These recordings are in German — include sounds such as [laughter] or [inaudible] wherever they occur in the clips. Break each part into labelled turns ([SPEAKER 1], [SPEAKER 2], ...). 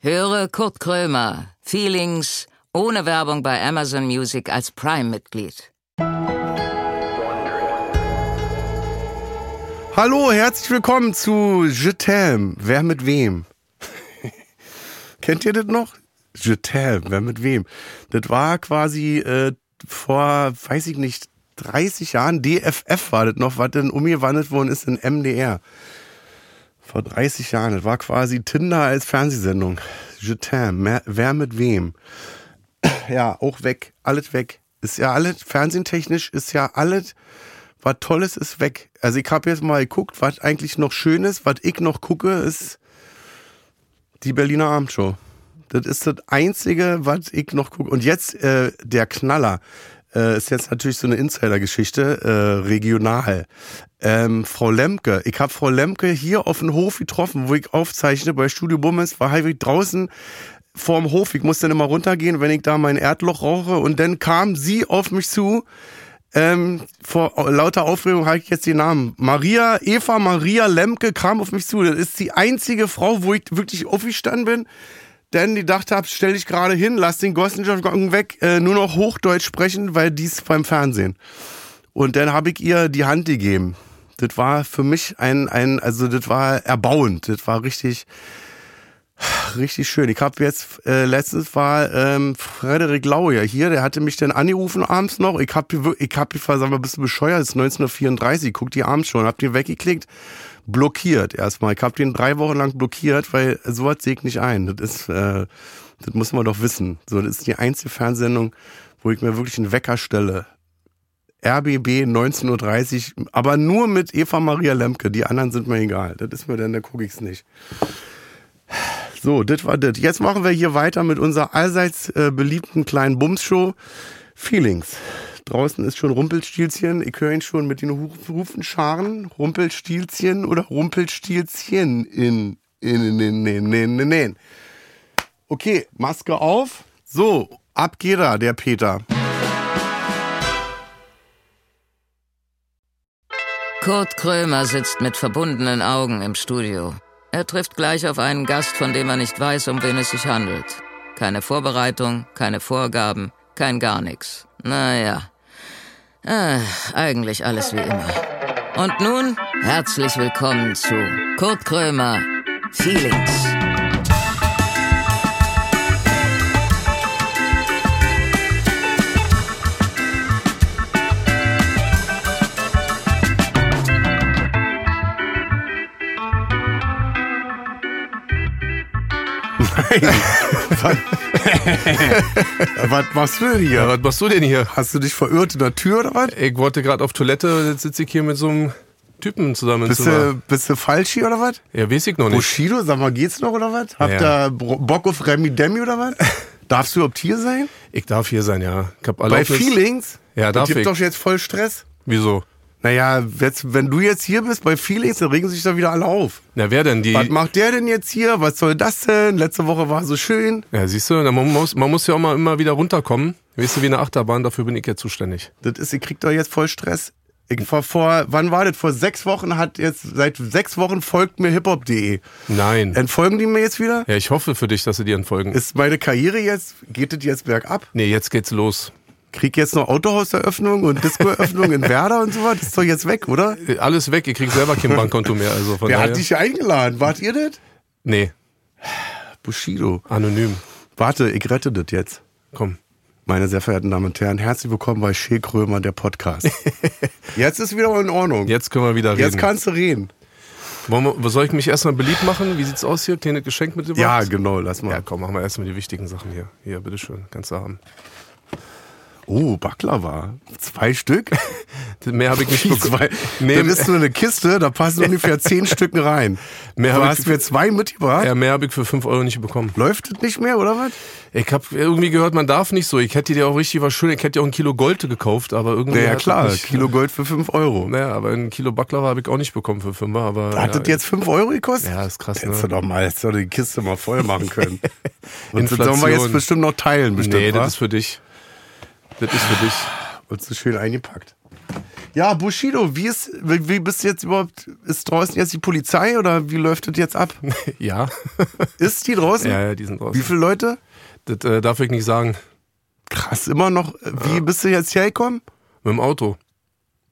[SPEAKER 1] Höre Kurt Krömer, Feelings, ohne Werbung bei Amazon Music als Prime-Mitglied.
[SPEAKER 2] Hallo, herzlich willkommen zu Je t'aime. Wer mit wem? Kennt ihr das noch? Je t'aime. Wer mit wem? Das war quasi äh, vor, weiß ich nicht, 30 Jahren. DFF war das noch, was dann umgewandelt worden ist in MDR. Vor 30 Jahren. Das war quasi Tinder als Fernsehsendung. Je t'aime. Mer- Wer mit wem? [clears throat] Ja, auch weg. Alles weg. Ist ja alles, fernsehentechnisch ist ja alles, was Tolles ist weg. Also ich habe jetzt mal geguckt, was eigentlich noch schön ist, was ich noch gucke, ist die Berliner Abendshow. Das ist das Einzige, was ich noch gucke. Und jetzt äh, der Knaller. Äh, ist jetzt natürlich so eine Insider-Geschichte, äh, regional. Ähm, Frau Lemke, ich habe Frau Lemke hier auf dem Hof getroffen, wo ich aufzeichne bei Studio Bummens, war halbwegs draußen vorm Hof. Ich muss dann immer runtergehen, wenn ich da mein Erdloch rauche. Und dann kam sie auf mich zu. Ähm, vor lauter Aufregung habe ich jetzt den Namen. Maria, Eva Maria Lemke kam auf mich zu. Das ist die einzige Frau, wo ich wirklich aufgestanden bin. Denn die dachte, hab, stell dich gerade hin, lass den Gossenjob weg, äh, nur noch Hochdeutsch sprechen, weil dies beim Fernsehen. Und dann habe ich ihr die Hand gegeben. Das war für mich ein, ein, also das war erbauend. Das war richtig, richtig schön. Ich habe jetzt, äh, letztens war ähm, Frederik Lauer hier, der hatte mich dann angerufen abends noch. Ich habe ich hab, ich war, sag mal, bist du bescheuert, es ist 1934, guck die abends schon, hab die weggeklickt, blockiert erstmal. Ich habe den drei Wochen lang blockiert, weil sowas sehe ich nicht ein. Das ist, äh, das muss man doch wissen. So, das ist die einzige Fernsehsendung, wo ich mir wirklich einen Wecker stelle. RBB 19.30 Uhr, aber nur mit Eva Maria Lemke. Die anderen sind mir egal. Das ist mir dann, da gucke ich's nicht. So, das war das. Jetzt machen wir hier weiter mit unserer allseits äh, beliebten kleinen Bums-Show. Feelings. Draußen ist schon Rumpelstilzchen. Ich höre ihn schon mit den Hu- Rufenscharen. Rumpelstilzchen oder Rumpelstilzchen in, in, in, in, in, in, in, in. Okay, Maske auf. So, ab geht er, der Peter. [laughs]
[SPEAKER 1] Kurt Krömer sitzt mit verbundenen Augen im Studio. Er trifft gleich auf einen Gast, von dem er nicht weiß, um wen es sich handelt. Keine Vorbereitung, keine Vorgaben, kein gar nichts. Naja, äh, eigentlich alles wie immer. Und nun herzlich willkommen zu Kurt Krömer, Feelings.
[SPEAKER 2] Was machst du denn
[SPEAKER 3] Ja,
[SPEAKER 2] hier?
[SPEAKER 3] was machst du denn hier?
[SPEAKER 2] Hast du dich verirrt in der Tür oder was?
[SPEAKER 3] Ich wollte gerade auf Toilette und jetzt sitze ich hier mit so einem Typen zusammen. im
[SPEAKER 2] Bist
[SPEAKER 3] Zimmer.
[SPEAKER 2] du, bist du falsch hier oder was?
[SPEAKER 3] ja, weiß ich noch nicht.
[SPEAKER 2] Bushido, sag mal, geht's noch oder was? Habt
[SPEAKER 3] Ja.
[SPEAKER 2] ihr Bro- Bock auf Remy Demi oder
[SPEAKER 3] [laughs]
[SPEAKER 2] was? Darfst du überhaupt hier sein?
[SPEAKER 3] Ich darf hier sein, ja. Ich hab
[SPEAKER 2] Bei
[SPEAKER 3] Erlaubnis.
[SPEAKER 2] Feelings?
[SPEAKER 3] Ja, darf
[SPEAKER 2] Das gibt
[SPEAKER 3] ich.
[SPEAKER 2] doch jetzt voll Stress.
[SPEAKER 3] Wieso?
[SPEAKER 2] Naja, jetzt, wenn du jetzt hier bist bei Feelings, dann regen sich da wieder alle auf.
[SPEAKER 3] Na, wer denn? Die.
[SPEAKER 2] Was macht der denn jetzt hier? Was soll das denn? Letzte Woche war so schön.
[SPEAKER 3] Ja, siehst du, na, man muss, man muss ja auch mal immer wieder runterkommen. Weißt du, wie eine Achterbahn, dafür bin ich ja zuständig.
[SPEAKER 2] Das ist, ihr kriegt doch jetzt voll Stress. Ich, vor, vor, wann war das? Vor sechs Wochen hat jetzt, seit sechs Wochen folgt mir hiphop.de.
[SPEAKER 3] Nein.
[SPEAKER 2] Entfolgen die mir jetzt wieder?
[SPEAKER 3] Ja, ich hoffe für dich, dass sie dir entfolgen.
[SPEAKER 2] Ähm, Ist meine Karriere jetzt, geht das jetzt bergab?
[SPEAKER 3] nee, jetzt geht's los.
[SPEAKER 2] Krieg jetzt noch Autohauseröffnung und Discoeröffnung in Werder und sowas? Das ist doch jetzt weg, oder?
[SPEAKER 3] Äh, Alles weg, ihr kriegt
[SPEAKER 2] [laughs]
[SPEAKER 3] selber kein Bankkonto mehr. Also von
[SPEAKER 2] Wer
[SPEAKER 3] daher.
[SPEAKER 2] hat dich eingeladen? Wart ihr das?
[SPEAKER 3] Nee,
[SPEAKER 2] Bushido.
[SPEAKER 3] anonym.
[SPEAKER 2] Warte, ich rette das jetzt.
[SPEAKER 3] Komm.
[SPEAKER 2] Meine sehr verehrten Damen und Herren, herzlich willkommen bei Schee Krömer, der
[SPEAKER 3] [laughs]
[SPEAKER 2] Podcast. Jetzt ist wieder in Ordnung.
[SPEAKER 3] Jetzt können wir wieder reden.
[SPEAKER 2] Jetzt kannst du reden.
[SPEAKER 3] Wollen wir, soll ich mich erstmal beliebt machen? Wie sieht's aus hier? Kleines Geschenk mitgebracht?
[SPEAKER 2] Ja, genau, lass
[SPEAKER 3] Ja,
[SPEAKER 2] mal.
[SPEAKER 3] komm, machen wir erstmal die wichtigen Sachen hier. Hier, bitteschön, kannst du haben.
[SPEAKER 2] Oh, Baklava. Zwei Stück?
[SPEAKER 3] [laughs] Mehr habe
[SPEAKER 2] [laughs]
[SPEAKER 3] ich nicht
[SPEAKER 2] Zwei.
[SPEAKER 3] bekommen. Nee,
[SPEAKER 2] das ist nur eine Kiste, da passen
[SPEAKER 3] [laughs]
[SPEAKER 2] ungefähr zehn Stücken rein.
[SPEAKER 3] Mehr
[SPEAKER 2] du
[SPEAKER 3] hab
[SPEAKER 2] hast
[SPEAKER 3] ich-
[SPEAKER 2] mir zwei mitgebracht.
[SPEAKER 3] ja, mehr habe ich für 5 Euro nicht bekommen.
[SPEAKER 2] Läuft das nicht mehr, oder was?
[SPEAKER 3] Ich habe irgendwie gehört, man darf nicht so. Ich hätte dir auch richtig was Schönes, ich hätte dir auch ein Kilo Gold gekauft, aber irgendwie...
[SPEAKER 2] Naja,
[SPEAKER 3] hat das
[SPEAKER 2] klar,
[SPEAKER 3] Nicht,
[SPEAKER 2] Kilo Gold für fünf Euro.
[SPEAKER 3] Naja, aber ein Kilo Baklava habe ich auch nicht bekommen für 5, aber...
[SPEAKER 2] Hat
[SPEAKER 3] ja,
[SPEAKER 2] das jetzt 5 Euro gekostet?
[SPEAKER 3] Ja, ist krass,
[SPEAKER 2] Hättest
[SPEAKER 3] ne?
[SPEAKER 2] du doch mal, hättest du doch die Kiste mal voll machen
[SPEAKER 3] [laughs]
[SPEAKER 2] können. Und das
[SPEAKER 3] Inflation.
[SPEAKER 2] sollen wir jetzt bestimmt noch teilen, bestimmt,
[SPEAKER 3] Nee,
[SPEAKER 2] wa? [laughs]
[SPEAKER 3] das ist für dich. Das ist für dich.
[SPEAKER 2] Und so schön eingepackt. Ja, Bushido, wie ist, wie wie bist du jetzt überhaupt, ist draußen jetzt die Polizei oder wie läuft das jetzt
[SPEAKER 3] [laughs]
[SPEAKER 2] ab?
[SPEAKER 3] Ja.
[SPEAKER 2] Ist die draußen?
[SPEAKER 3] ja, ja, die sind raus.
[SPEAKER 2] Wie viele Leute?
[SPEAKER 3] Das äh, darf ich nicht sagen.
[SPEAKER 2] Krass, immer noch. Wie bist du jetzt hergekommen?
[SPEAKER 3] Mit dem Auto.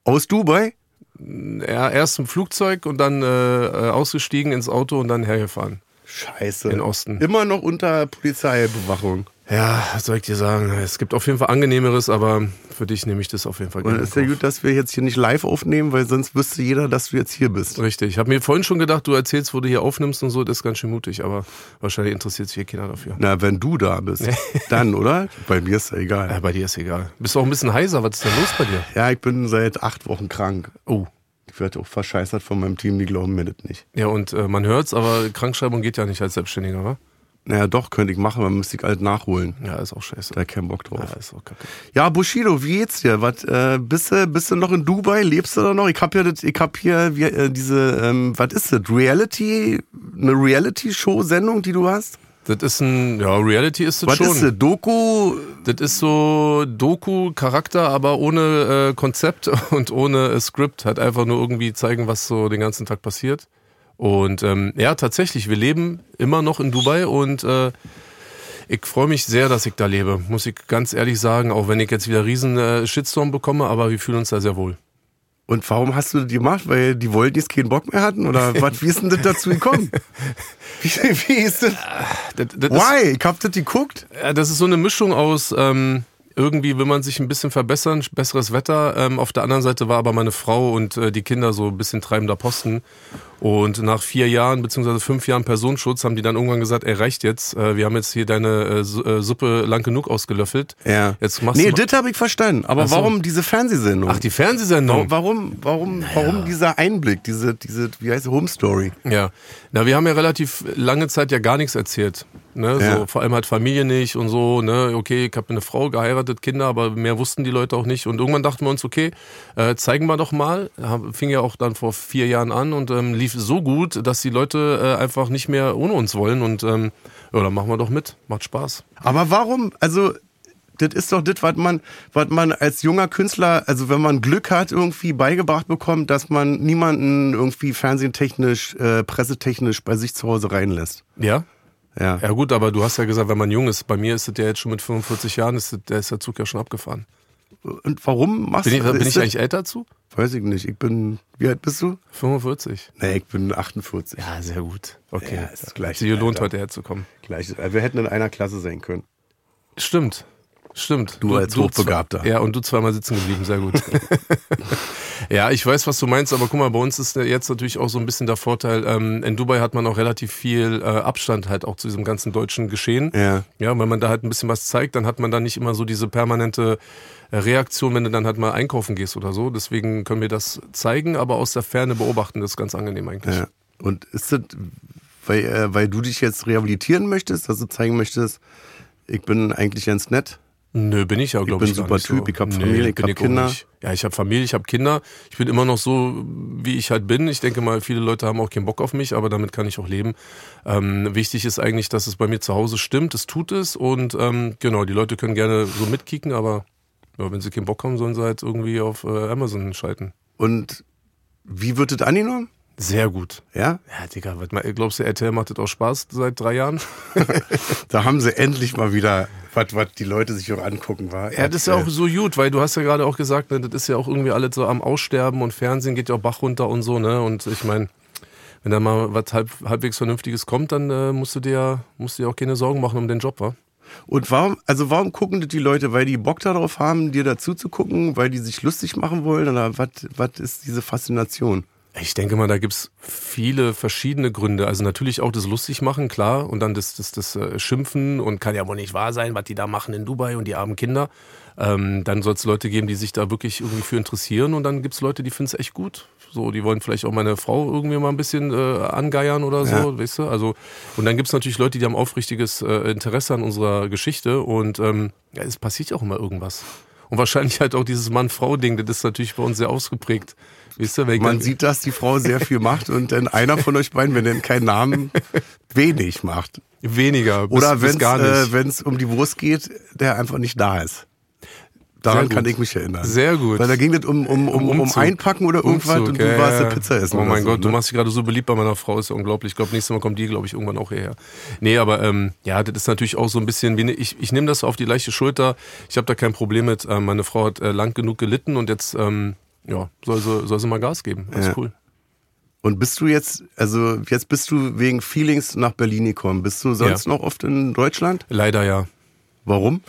[SPEAKER 2] Aus Dubai?
[SPEAKER 3] Ja, erst im Flugzeug und dann äh, äh, ausgestiegen ins Auto und dann hergefahren.
[SPEAKER 2] Scheiße.
[SPEAKER 3] In Osten.
[SPEAKER 2] Immer noch unter Polizeibewachung.
[SPEAKER 3] Ja, was soll ich dir sagen? Es gibt auf jeden Fall angenehmeres, aber für dich nehme ich das auf jeden Fall
[SPEAKER 2] Und
[SPEAKER 3] gerne.
[SPEAKER 2] ist ja
[SPEAKER 3] in
[SPEAKER 2] gut, dass wir jetzt hier nicht live aufnehmen, weil sonst wüsste jeder, dass du jetzt hier
[SPEAKER 3] Kauf.
[SPEAKER 2] bist.
[SPEAKER 3] Richtig. Ich habe mir vorhin schon gedacht, du erzählst, wo du hier aufnimmst und so, das ist ganz schön mutig, aber wahrscheinlich interessiert sich hier keiner dafür.
[SPEAKER 2] Na, wenn du da bist, dann, oder? Bei mir ist ja
[SPEAKER 3] Ja,
[SPEAKER 2] egal.
[SPEAKER 3] bei dir ist egal. Bist auch ein bisschen heiser, was ist denn los bei dir?
[SPEAKER 2] Ja, ich bin seit acht Wochen krank.
[SPEAKER 3] Oh.
[SPEAKER 2] Ich werde auch verscheißert von meinem Team, die glauben mir das nicht.
[SPEAKER 3] Ja, und äh, man hört's, aber Krankschreibung geht ja nicht als Selbstständiger, wa?
[SPEAKER 2] Naja, doch, könnte ich machen, man müsste ich halt nachholen.
[SPEAKER 3] Ja, ist auch scheiße.
[SPEAKER 2] Da kein Bock
[SPEAKER 3] Ja,
[SPEAKER 2] drauf.
[SPEAKER 3] ist auch kacke.
[SPEAKER 2] Ja, Bushido, wie geht's dir? Was, äh, bist, du, bist du noch in Dubai? Lebst du da noch? Ich hab hier, das- ich hab hier wie, äh, diese, ähm, was ist das? Reality, eine Reality-Show-Sendung, die du hast?
[SPEAKER 3] Das ist ein, ja, Reality ist das
[SPEAKER 2] Was
[SPEAKER 3] schon.
[SPEAKER 2] ist das? Doku?
[SPEAKER 3] Das ist so Doku-Charakter, aber ohne äh, Konzept [laughs] und ohne äh, Skript. Hat einfach nur irgendwie zeigen, was so den ganzen Tag passiert. Und ähm, ja, tatsächlich, wir leben immer noch in Dubai und äh, ich freue mich sehr, dass ich da lebe. Muss ich ganz ehrlich sagen, auch wenn ich jetzt wieder riesen äh, Shitstorm bekomme, aber wir fühlen uns da sehr wohl.
[SPEAKER 2] Und warum hast du das gemacht? Weil die wollten jetzt keinen Bock mehr hatten? Oder [laughs] was, wie ist denn das dazu gekommen? [laughs] Wie, wie ist das?
[SPEAKER 3] Das, das ist-
[SPEAKER 2] Why? Ich hab das geguckt.
[SPEAKER 3] Ja, Äh, das ist so eine Mischung aus, ähm, irgendwie will man sich ein bisschen verbessern, besseres Wetter. Ähm, auf der anderen Seite war aber meine Frau und äh, die Kinder so ein bisschen treibender Posten. Und nach vier Jahren beziehungsweise fünf Jahren Personenschutz haben die dann irgendwann gesagt, ey, reicht jetzt. Äh, wir haben jetzt hier deine äh, Su- äh, Suppe lang genug ausgelöffelt. Jetzt machst
[SPEAKER 2] nee,
[SPEAKER 3] du...
[SPEAKER 2] das habe ich verstanden. Aber
[SPEAKER 3] Ach so.
[SPEAKER 2] warum diese Fernsehsendung?
[SPEAKER 3] Ach, die Fernsehsendung.
[SPEAKER 2] Warum, warum, warum dieser Einblick, diese, diese, wie heißt die, Home Story?
[SPEAKER 3] Ja, na wir haben ja relativ lange Zeit ja gar nichts erzählt. Ne?
[SPEAKER 2] Ja.
[SPEAKER 3] So, vor allem halt Familie nicht und so. Ne? Okay, ich habe eine Frau geheiratet, Kinder, aber mehr wussten die Leute auch nicht. Und irgendwann dachten wir uns, okay, äh, zeigen wir doch mal. Hab, fing ja auch dann vor vier Jahren an und ähm, lief so gut, dass die Leute äh, einfach nicht mehr ohne uns wollen. Und ähm, ja, dann machen wir doch mit. Macht Spaß.
[SPEAKER 2] Aber warum, also, das ist doch das, was man, was man als junger Künstler, also wenn man Glück hat, irgendwie beigebracht bekommt, dass man niemanden irgendwie fernsehtechnisch, äh, pressetechnisch bei sich zu Hause reinlässt.
[SPEAKER 3] Ja?
[SPEAKER 2] Ja.
[SPEAKER 3] Ja gut, aber du hast ja gesagt, wenn man jung ist, bei mir ist es ja jetzt schon mit 45 Jahren, ist, das- da ist der Zug ja schon abgefahren.
[SPEAKER 2] Und warum machst
[SPEAKER 3] Bin ich,
[SPEAKER 2] du das?
[SPEAKER 3] bin
[SPEAKER 2] Ist
[SPEAKER 3] ich
[SPEAKER 2] das-
[SPEAKER 3] eigentlich älter zu?
[SPEAKER 2] Weiß ich nicht. Ich bin, wie alt bist du?
[SPEAKER 3] 45.
[SPEAKER 2] Nee, ich bin 48.
[SPEAKER 3] Ja, Ah, sehr gut. Okay.
[SPEAKER 2] Ja, ist gleich
[SPEAKER 3] Hat sich gelohnt,
[SPEAKER 2] Alter.
[SPEAKER 3] heute herzukommen.
[SPEAKER 2] Gleich. Also Wir hätten in einer Klasse sein können.
[SPEAKER 3] Stimmt. Stimmt.
[SPEAKER 2] Du als Hochbegabter.
[SPEAKER 3] zwei- Ja, und du zweimal sitzen geblieben,
[SPEAKER 2] [laughs]
[SPEAKER 3] sehr gut. ja, ich weiß, was du meinst, aber guck mal, bei uns ist jetzt natürlich auch so ein bisschen der Vorteil, ähm, in Dubai hat man auch relativ viel äh, Abstand halt auch zu diesem ganzen deutschen Geschehen.
[SPEAKER 2] Ja.
[SPEAKER 3] Ja, wenn man da halt ein bisschen was zeigt, dann hat man da nicht immer so diese permanente äh, Reaktion, wenn du dann halt mal einkaufen gehst oder so. Deswegen können wir das zeigen, aber aus der Ferne beobachten, das ist ganz angenehm eigentlich.
[SPEAKER 2] Ja. Und ist das, weil, äh, weil du dich jetzt rehabilitieren möchtest, dass du zeigen möchtest, ich bin eigentlich ganz nett?
[SPEAKER 3] Nö, bin ich ja, glaube
[SPEAKER 2] bin
[SPEAKER 3] ich. gar
[SPEAKER 2] super
[SPEAKER 3] nicht
[SPEAKER 2] Typ, ich hab Familie, ich
[SPEAKER 3] bin
[SPEAKER 2] hab
[SPEAKER 3] auch
[SPEAKER 2] Kinder.
[SPEAKER 3] nicht. Ja, ich habe Familie, ich habe Kinder. Ich bin immer noch so, wie ich halt bin. Ich denke mal, viele Leute haben auch keinen Bock auf mich, aber damit kann ich auch leben. Ähm, wichtig ist eigentlich, dass es bei mir zu Hause stimmt. Es tut es und ähm, genau, die Leute können gerne so mitkicken, aber ja, wenn sie keinen Bock haben, sollen sie halt irgendwie auf äh, Amazon schalten.
[SPEAKER 2] Und wie wird das angenommen?
[SPEAKER 3] Sehr gut.
[SPEAKER 2] Ja?
[SPEAKER 3] Ja, Digga, was, me- glaubst du, RTL macht das auch Spaß seit drei Jahren?
[SPEAKER 2] Da haben sie endlich mal wieder, was, was die Leute sich auch angucken, äh, war.
[SPEAKER 3] Ja, das ist ja auch so gut, weil du hast ja gerade auch gesagt, ne, das ist ja auch irgendwie alles so am Aussterben und Fernsehen geht ja auch Bach runter und so, ne? Und ich meine, wenn da mal was halb, halbwegs Vernünftiges kommt, dann äh, musst du dir ja- musst du dir auch keine Sorgen machen um den Job, wa?
[SPEAKER 2] Und warum, also warum gucken das die Leute? Weil die Bock darauf haben, dir dazu zu gucken, weil die sich lustig machen wollen? Oder was, was ist diese Faszination?
[SPEAKER 3] Ich denke mal, da gibt's viele verschiedene Gründe. Also natürlich auch das lustig machen, klar, und dann das, das, das äh, Schimpfen und kann ja wohl nicht wahr sein, was die da machen in Dubai und die armen Kinder. Ähm, dann soll es Leute geben, die sich da wirklich irgendwie für interessieren und dann gibt's Leute, die finden's echt gut. So, die wollen vielleicht auch meine Frau irgendwie mal ein bisschen äh, angeiern oder so,
[SPEAKER 2] Ja.
[SPEAKER 3] weißt du? Also, und dann gibt's natürlich Leute, die haben aufrichtiges äh, Interesse an unserer Geschichte und ähm, ja, es passiert ja auch immer irgendwas. Und wahrscheinlich [laughs] halt auch dieses Mann-Frau-Ding, das ist natürlich bei uns sehr ausgeprägt. Weißt du, wenn ich
[SPEAKER 2] Man
[SPEAKER 3] dann-
[SPEAKER 2] sieht, dass die Frau sehr viel macht und dann einer von euch beiden, wenn denn keinen Namen, wenig macht.
[SPEAKER 3] Weniger. Bis,
[SPEAKER 2] Oder äh,
[SPEAKER 3] bis
[SPEAKER 2] wenn
[SPEAKER 3] gar nicht.
[SPEAKER 2] es äh, wenn's um die Wurst geht, der einfach nicht da ist. Daran
[SPEAKER 3] gut.
[SPEAKER 2] kann ich mich erinnern.
[SPEAKER 3] Sehr gut.
[SPEAKER 2] Weil da ging das um, um, um, um
[SPEAKER 3] Umzug.
[SPEAKER 2] Einpacken oder irgendwas und du
[SPEAKER 3] ja,
[SPEAKER 2] warst
[SPEAKER 3] ja.
[SPEAKER 2] eine Pizza essen.
[SPEAKER 3] Oh
[SPEAKER 2] oder
[SPEAKER 3] mein
[SPEAKER 2] so,
[SPEAKER 3] Gott, du
[SPEAKER 2] ne?
[SPEAKER 3] machst dich gerade so beliebt bei meiner Frau, ist ja unglaublich. Ich glaube, nächstes Mal kommt die, glaube ich, irgendwann auch hierher. Nee, aber ähm, ja, das ist natürlich auch so ein bisschen, wie ne- ich, ich nehme das auf die leichte Schulter. Ich habe da kein Problem mit. Ähm, meine Frau hat äh, lang genug gelitten und jetzt ähm, ja, soll, sie, soll sie mal Gas geben. Alles
[SPEAKER 2] Ja.
[SPEAKER 3] cool.
[SPEAKER 2] Und bist du jetzt, also jetzt bist du wegen Feelings nach Berlin gekommen. Bist du sonst noch oft in Deutschland?
[SPEAKER 3] Leider ja.
[SPEAKER 2] Warum?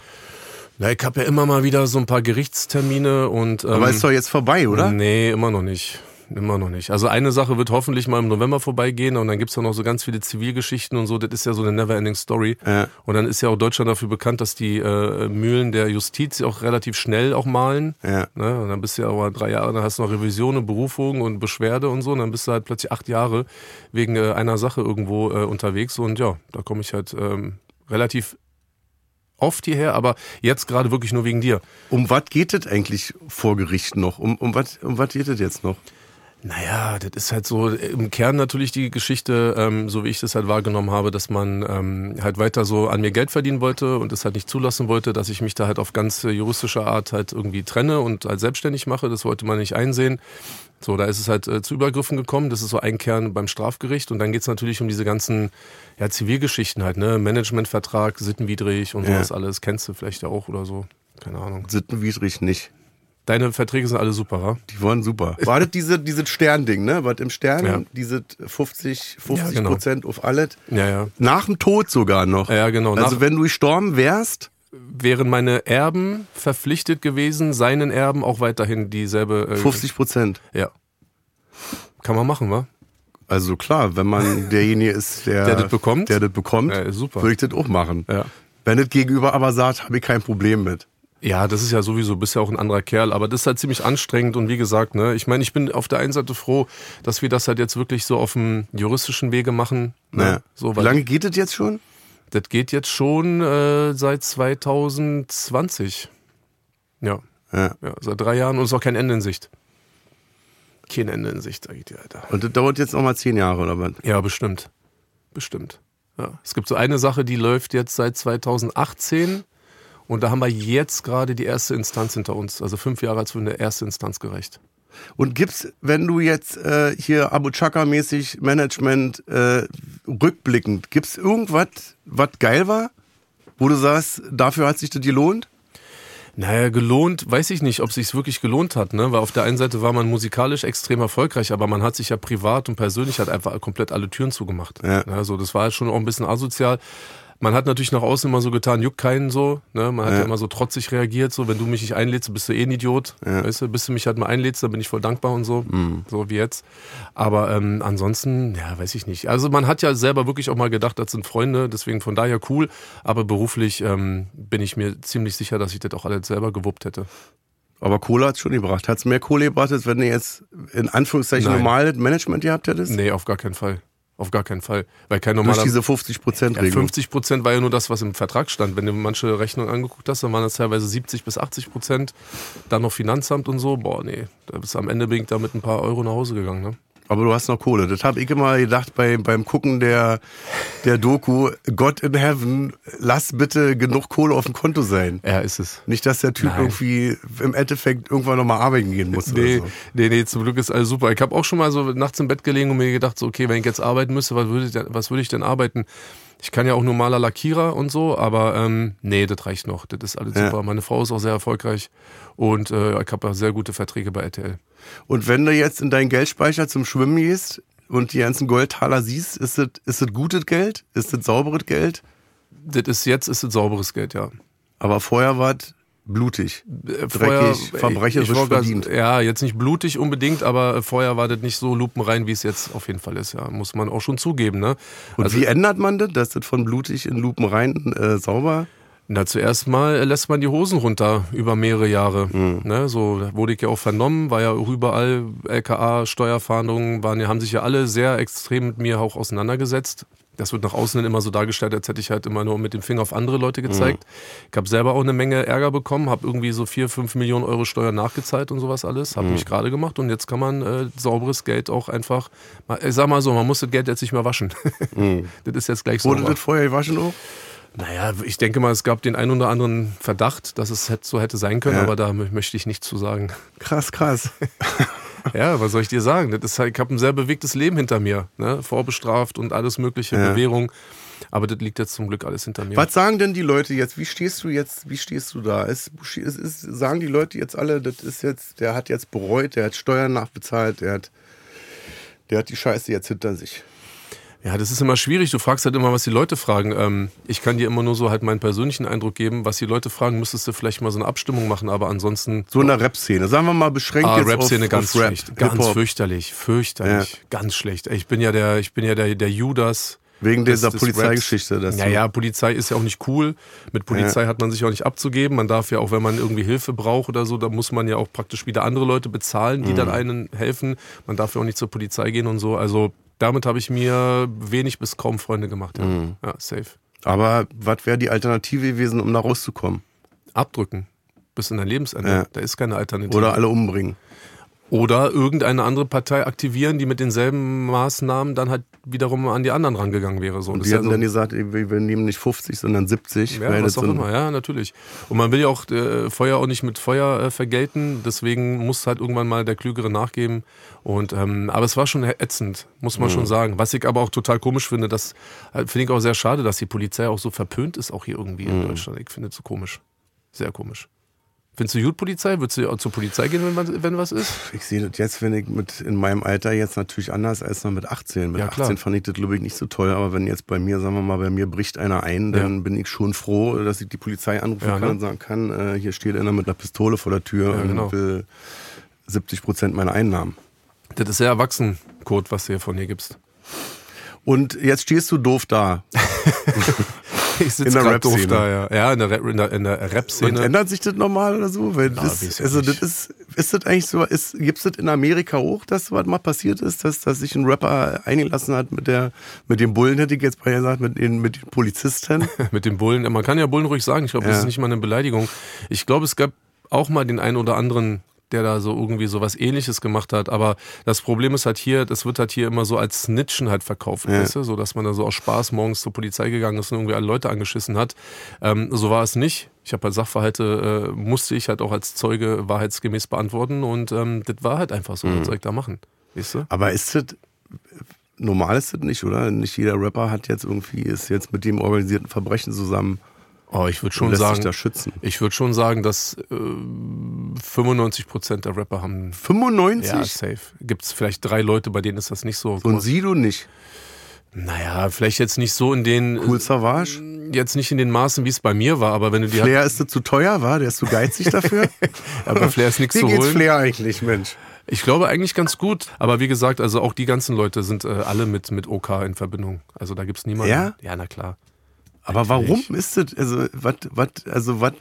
[SPEAKER 3] Na, ich habe ja immer mal wieder so ein paar Gerichtstermine und. Ähm,
[SPEAKER 2] Aber ist doch jetzt vorbei, oder?
[SPEAKER 3] Nee, immer noch nicht. Immer noch nicht. Also eine Sache wird hoffentlich mal im November vorbeigehen und dann gibt's ja noch so ganz viele Zivilgeschichten und so. Das ist ja so eine never-ending Story.
[SPEAKER 2] Ja.
[SPEAKER 3] Und dann ist ja auch Deutschland dafür bekannt, dass die äh, Mühlen der Justiz auch relativ schnell auch malen.
[SPEAKER 2] Ja.
[SPEAKER 3] Ne? Und dann bist du ja aber drei Jahre, dann hast du noch Revision und Berufung und Beschwerde und so. Und dann bist du halt plötzlich acht Jahre wegen äh, einer Sache irgendwo äh, unterwegs. Und ja, da komme ich halt ähm, relativ oft hierher, aber jetzt gerade wirklich nur wegen dir.
[SPEAKER 2] Um was geht es eigentlich vor Gericht noch? Um, um was um wat geht es jetzt noch?
[SPEAKER 3] Naja, das ist halt so im Kern natürlich die Geschichte, ähm, so wie ich das halt wahrgenommen habe, dass man ähm, halt weiter so an mir Geld verdienen wollte und es halt nicht zulassen wollte, dass ich mich da halt auf ganz äh, juristische Art halt irgendwie trenne und halt selbstständig mache. Das wollte man nicht einsehen. So, da ist es halt äh, zu Übergriffen gekommen. Das ist so ein Kern beim Strafgericht. Und dann geht's natürlich um diese ganzen ja, Zivilgeschichten halt, ne? Managementvertrag, sittenwidrig und
[SPEAKER 2] Ja.
[SPEAKER 3] sowas alles. Kennst du vielleicht ja auch oder so. Keine Ahnung.
[SPEAKER 2] Sittenwidrig nicht.
[SPEAKER 3] Deine Verträge sind alle super, wa?
[SPEAKER 2] Die waren super. War das diese, dieses Sternding, ne? Was im Stern,
[SPEAKER 3] Ja.
[SPEAKER 2] diese 50, 50
[SPEAKER 3] Ja, genau.
[SPEAKER 2] Prozent auf alles.
[SPEAKER 3] Ja, ja.
[SPEAKER 2] Nach dem Tod sogar noch.
[SPEAKER 3] Ja, ja, genau.
[SPEAKER 2] Also
[SPEAKER 3] Nach-
[SPEAKER 2] wenn du gestorben wärst,
[SPEAKER 3] wären meine Erben verpflichtet gewesen, seinen Erben auch weiterhin dieselbe. Äh,
[SPEAKER 2] 50 Prozent.
[SPEAKER 3] Ja. Kann man machen, wa?
[SPEAKER 2] Also klar, wenn
[SPEAKER 3] [laughs]
[SPEAKER 2] man derjenige ist, der,
[SPEAKER 3] Der das bekommt?
[SPEAKER 2] der das bekommt,
[SPEAKER 3] Ja, ist super.
[SPEAKER 2] würde ich das auch machen.
[SPEAKER 3] Ja.
[SPEAKER 2] Wenn das Gegenüber aber sagt, habe ich kein Problem mit.
[SPEAKER 3] Ja, das ist ja sowieso, bist ja auch ein anderer Kerl, aber das ist halt ziemlich anstrengend und wie gesagt, ne, ich meine, ich bin auf der einen Seite froh, dass wir das halt jetzt wirklich so auf dem juristischen Wege machen. Ne?
[SPEAKER 2] Naja.
[SPEAKER 3] So,
[SPEAKER 2] Wie
[SPEAKER 3] weil
[SPEAKER 2] lange geht das jetzt schon?
[SPEAKER 3] das geht jetzt schon äh, seit 2020. Ja.
[SPEAKER 2] Ja.
[SPEAKER 3] ja, seit drei Jahren und ist auch kein Ende in Sicht. Kein Ende in Sicht, sag ich dir, Alter.
[SPEAKER 2] Und das dauert jetzt nochmal zehn Jahre oder was?
[SPEAKER 3] Ja, bestimmt. Bestimmt. Ja. Es gibt so eine Sache, die läuft jetzt seit 2018 und da haben wir jetzt gerade die erste Instanz hinter uns. Also fünf Jahre hat es für eine erste Instanz gereicht.
[SPEAKER 2] Und gibt's, wenn du jetzt äh, hier Abu Chaka-mäßig Management äh, rückblickend, gibt's irgendwas, was geil war, wo du sagst, dafür hat sich das gelohnt?
[SPEAKER 3] Naja, gelohnt, weiß ich nicht, ob es sich wirklich gelohnt hat, ne? Weil auf der einen Seite war man musikalisch extrem erfolgreich, aber man hat sich ja privat und persönlich halt einfach komplett alle Türen zugemacht.
[SPEAKER 2] Ja.
[SPEAKER 3] Also das war halt schon auch ein bisschen asozial. Man hat natürlich nach außen immer so getan, juckt keinen so, ne? Man hat ja.
[SPEAKER 2] Ja.
[SPEAKER 3] immer so trotzig reagiert, so wenn du mich nicht einlädst, bist du eh ein Idiot. Weißt du, bis du mich halt mal einlädst, dann bin ich voll dankbar und so, so wie jetzt. Aber ähm, ansonsten, ja, weiß ich nicht. Also man hat ja selber wirklich auch mal gedacht, das sind Freunde, deswegen von daher cool. Aber beruflich ähm, bin ich mir ziemlich sicher, dass ich das auch alles selber gewuppt hätte.
[SPEAKER 2] Aber Cola hat's schon gebracht. Hat's mehr Kohle gebracht, als wenn du jetzt in Anführungszeichen
[SPEAKER 3] Nein.
[SPEAKER 2] normales Management gehabt hättest?
[SPEAKER 3] Nee, auf gar keinen Fall. Auf gar keinen Fall. Weil kein
[SPEAKER 2] Durch
[SPEAKER 3] normaler.
[SPEAKER 2] diese 50%-Regelung.
[SPEAKER 3] Ja, 50 Prozent war ja nur das, was im Vertrag stand. Wenn du manche Rechnungen angeguckt hast, dann waren das teilweise 70 bis 80 Prozent. Dann noch Finanzamt und so. Boah, nee. Da bist du am Ende bin ich da mit ein paar Euro nach Hause gegangen. Ne?
[SPEAKER 2] Aber du hast noch Kohle. Das habe ich immer gedacht bei, beim Gucken der, der Doku. God in Heaven, lass bitte genug Kohle auf dem Konto sein.
[SPEAKER 3] Ja, ist es.
[SPEAKER 2] Nicht, dass der Typ
[SPEAKER 3] Nein.
[SPEAKER 2] irgendwie im Endeffekt irgendwann nochmal arbeiten gehen muss.
[SPEAKER 3] Nee,
[SPEAKER 2] Oder so.
[SPEAKER 3] nee, nee, zum Glück ist alles super. Ich habe auch schon mal so nachts im Bett gelegen und mir gedacht, so, okay, wenn ich jetzt arbeiten müsste, was würde ich denn, was würde ich denn arbeiten? Ich kann ja auch normaler Lackierer und so, aber ähm, nee, das reicht noch. Das ist alles
[SPEAKER 2] Ja.
[SPEAKER 3] super. Meine Frau ist auch sehr erfolgreich und äh, ich habe sehr gute Verträge bei RTL.
[SPEAKER 2] Und wenn du jetzt in deinen Geldspeicher zum Schwimmen gehst und die ganzen Goldtaler siehst, ist das, ist das gutes Geld? Ist das sauberes Geld?
[SPEAKER 3] Das ist jetzt ist es sauberes Geld, ja.
[SPEAKER 2] Aber vorher war es blutig.
[SPEAKER 3] Äh,
[SPEAKER 2] Dreckig,
[SPEAKER 3] äh,
[SPEAKER 2] verbrecherisch
[SPEAKER 3] ich wollte grad-
[SPEAKER 2] verdient.
[SPEAKER 3] Ja, jetzt nicht blutig unbedingt, aber äh, vorher war das nicht so lupenrein, wie es jetzt auf jeden Fall ist. Ja, muss man auch schon zugeben. Ne?
[SPEAKER 2] Und
[SPEAKER 3] Also-
[SPEAKER 2] wie ändert man das, dass das von blutig in Lupen rein äh, sauber?
[SPEAKER 3] Na, zuerst mal äh, lässt man die Hosen runter über mehrere Jahre. Ne, so wurde ich ja auch vernommen, war ja auch überall LKA, Steuerfahndungen, waren, ja- haben sich ja alle sehr extrem mit mir auch auseinandergesetzt. Das wird nach außen hin immer so dargestellt, als hätte ich halt immer nur mit dem Finger auf andere Leute gezeigt. Ich habe selber auch eine Menge Ärger bekommen, habe irgendwie so 4, 5 Millionen Euro Steuern nachgezahlt und sowas alles, habe mich gerade gemacht und jetzt kann man äh, sauberes Geld auch einfach, mal, ich sag mal so, man muss [laughs] das Geld jetzt nicht mehr waschen. Das ist jetzt gleich so.
[SPEAKER 2] Wurde das vorher gewaschen auch?
[SPEAKER 3] Naja, ich denke mal, es gab den einen oder anderen Verdacht, dass es hätte- so hätte sein können,
[SPEAKER 2] Ja.
[SPEAKER 3] aber da mö- möchte ich nichts zu sagen. [laughs]
[SPEAKER 2] Krass, krass.
[SPEAKER 3] Ja, was soll ich dir sagen? Das ist halt, ich habe ein sehr bewegtes Leben hinter mir. Ne? Vorbestraft und alles mögliche,
[SPEAKER 2] Ja.
[SPEAKER 3] Bewährung. Aber das liegt jetzt zum Glück alles hinter mir.
[SPEAKER 2] Was sagen denn die Leute jetzt? Wie stehst du jetzt? Wie stehst du da? Es, es ist, sagen die Leute jetzt alle, das ist jetzt, der hat jetzt bereut, der hat Steuern nachbezahlt, der hat, der hat die Scheiße jetzt hinter sich.
[SPEAKER 3] Ja, das ist immer schwierig. Du fragst halt immer, was die Leute fragen. Ähm, ich kann dir immer nur so halt meinen persönlichen Eindruck geben. Was die Leute fragen, müsstest du vielleicht mal so eine Abstimmung machen. Aber ansonsten,
[SPEAKER 2] So in der Rap-Szene. Sagen wir mal beschränkt
[SPEAKER 3] Oh. ah,
[SPEAKER 2] jetzt auf,
[SPEAKER 3] Rap-Szene
[SPEAKER 2] auf
[SPEAKER 3] ganz
[SPEAKER 2] Rap,
[SPEAKER 3] schlecht. Ganz
[SPEAKER 2] Hip-Hop.
[SPEAKER 3] fürchterlich. Fürchterlich. Ganz schlecht. Ey, Ich bin ja der, ich bin ja der, der Judas.
[SPEAKER 2] Wegen
[SPEAKER 3] des-
[SPEAKER 2] dieser
[SPEAKER 3] des
[SPEAKER 2] Polizeigeschichte,
[SPEAKER 3] Raps.
[SPEAKER 2] dass
[SPEAKER 3] Ja,
[SPEAKER 2] du-
[SPEAKER 3] ja, Polizei ist ja auch nicht cool. Mit Polizei hat man sich auch nicht abzugeben. Man darf ja auch, wenn man irgendwie Hilfe braucht oder so, da muss man ja auch praktisch wieder andere Leute bezahlen, die dann
[SPEAKER 2] Mhm.
[SPEAKER 3] einen helfen. Man darf ja auch nicht zur Polizei gehen und so. Also damit habe ich mir wenig bis kaum Freunde gemacht. Ja,
[SPEAKER 2] Mhm.
[SPEAKER 3] ja safe.
[SPEAKER 2] Aber was wäre die Alternative gewesen, um da rauszukommen?
[SPEAKER 3] Abdrücken. Bis in dein Lebensende.
[SPEAKER 2] Ja.
[SPEAKER 3] Da ist keine Alternative.
[SPEAKER 2] Oder alle umbringen?
[SPEAKER 3] Oder irgendeine andere Partei aktivieren, die mit denselben Maßnahmen dann halt wiederum an die anderen rangegangen wäre. So.
[SPEAKER 2] Und
[SPEAKER 3] das
[SPEAKER 2] die
[SPEAKER 3] ist ja
[SPEAKER 2] hätten
[SPEAKER 3] so-
[SPEAKER 2] dann gesagt, ey, wir wir nehmen nicht 50, sondern 70.
[SPEAKER 3] Ja,
[SPEAKER 2] weil
[SPEAKER 3] was
[SPEAKER 2] das
[SPEAKER 3] auch
[SPEAKER 2] sind-
[SPEAKER 3] immer, ja, natürlich. Und man will ja auch äh, Feuer auch nicht mit Feuer äh, vergelten, deswegen muss halt irgendwann mal der Klügere nachgeben. Und, ähm, aber es war schon ätzend, muss man
[SPEAKER 2] Mhm.
[SPEAKER 3] schon sagen. Was ich aber auch total komisch finde, das äh, finde ich auch sehr schade, dass die Polizei auch so verpönt ist, auch hier irgendwie
[SPEAKER 2] Mhm.
[SPEAKER 3] in Deutschland. Ich finde es so komisch. Sehr komisch. Findest du gut Polizei? Würdest du auch zur Polizei gehen, wenn, man, wenn was ist?
[SPEAKER 2] Ich sehe das jetzt, wenn ich mit in meinem Alter jetzt natürlich anders als noch mit 18. Mit
[SPEAKER 3] Ja, klar.
[SPEAKER 2] 18 fand ich das Lübeck nicht so toll, aber wenn jetzt bei mir, sagen wir mal, bei mir bricht einer ein, dann bin ich schon froh, dass ich die Polizei anrufen
[SPEAKER 3] Ja,
[SPEAKER 2] kann
[SPEAKER 3] ne?
[SPEAKER 2] und sagen kann, äh, hier steht einer mit einer Pistole vor der Tür
[SPEAKER 3] Ja,
[SPEAKER 2] und
[SPEAKER 3] genau.
[SPEAKER 2] will 70 Prozent meiner Einnahmen.
[SPEAKER 3] Das ist sehr erwachsen, Code, was du hier von hier gibst. [laughs]
[SPEAKER 2] Und jetzt stehst du doof da.
[SPEAKER 3] Ich sitze
[SPEAKER 2] In der
[SPEAKER 3] gerade doof
[SPEAKER 2] Rap-Szene.
[SPEAKER 3] da, ja. Ja, in der, Rap- in der, in der
[SPEAKER 2] Und
[SPEAKER 3] Rap-Szene.
[SPEAKER 2] ändert sich das nochmal oder so? Weil
[SPEAKER 3] Na, weiß
[SPEAKER 2] das,
[SPEAKER 3] ich
[SPEAKER 2] also das
[SPEAKER 3] nicht.
[SPEAKER 2] ist, ist das eigentlich so, ist, gibt's das in Amerika auch, dass sowas mal passiert ist, dass, dass sich ein Rapper eingelassen hat mit der, mit dem Bullen, hätte ich jetzt bei gesagt, mit den, mit den
[SPEAKER 3] [laughs]
[SPEAKER 2] Polizisten?
[SPEAKER 3] Mit dem Bullen. Man kann ja Bullen ruhig sagen. Ich glaube, das
[SPEAKER 2] Ja.
[SPEAKER 3] ist nicht mal eine Beleidigung. Ich glaube, es gab auch mal den einen oder anderen, der da so irgendwie so was ähnliches gemacht hat. Aber das Problem ist halt hier, das wird halt hier immer so als Snitchen halt verkauft, weißt du? So, dass man da so aus Spaß morgens zur Polizei gegangen ist und irgendwie alle Leute angeschissen hat. Ähm, so war es nicht. Ich habe halt Sachverhalte, äh, musste ich halt auch als Zeuge wahrheitsgemäß beantworten. Und ähm, das war halt einfach so. Was soll ich da machen? Weißt du?
[SPEAKER 2] Aber ist das, normal ist das nicht, oder? Nicht jeder Rapper hat jetzt irgendwie, ist jetzt mit dem organisierten Verbrechen zusammen
[SPEAKER 3] Oh, ich würde
[SPEAKER 2] und
[SPEAKER 3] schon
[SPEAKER 2] lässt sich
[SPEAKER 3] sagen,
[SPEAKER 2] da schützen.
[SPEAKER 3] ich würde schon sagen, dass äh, 95 Prozent der Rapper haben Ja,
[SPEAKER 2] 95?
[SPEAKER 3] safe. Gibt es vielleicht drei Leute, bei denen ist das nicht so.
[SPEAKER 2] und Sido nicht.
[SPEAKER 3] naja, vielleicht jetzt nicht so in den,
[SPEAKER 2] Cool Savage.
[SPEAKER 3] jetzt nicht in den Maßen, wie es bei mir war, aber wenn du die
[SPEAKER 2] Flair ist das zu teuer, war? Der ist zu geizig dafür?
[SPEAKER 3] [laughs] aber Flair ist nichts
[SPEAKER 2] Wie
[SPEAKER 3] zu
[SPEAKER 2] geht's
[SPEAKER 3] holen.
[SPEAKER 2] Flair eigentlich, Mensch?
[SPEAKER 3] Ich glaube eigentlich ganz gut, aber wie gesagt, also auch die ganzen Leute sind äh, alle mit, mit OK in Verbindung. Also da gibt es niemanden.
[SPEAKER 2] Ja?
[SPEAKER 3] ja, na klar.
[SPEAKER 2] Aber warum ist das, also was, was, also was,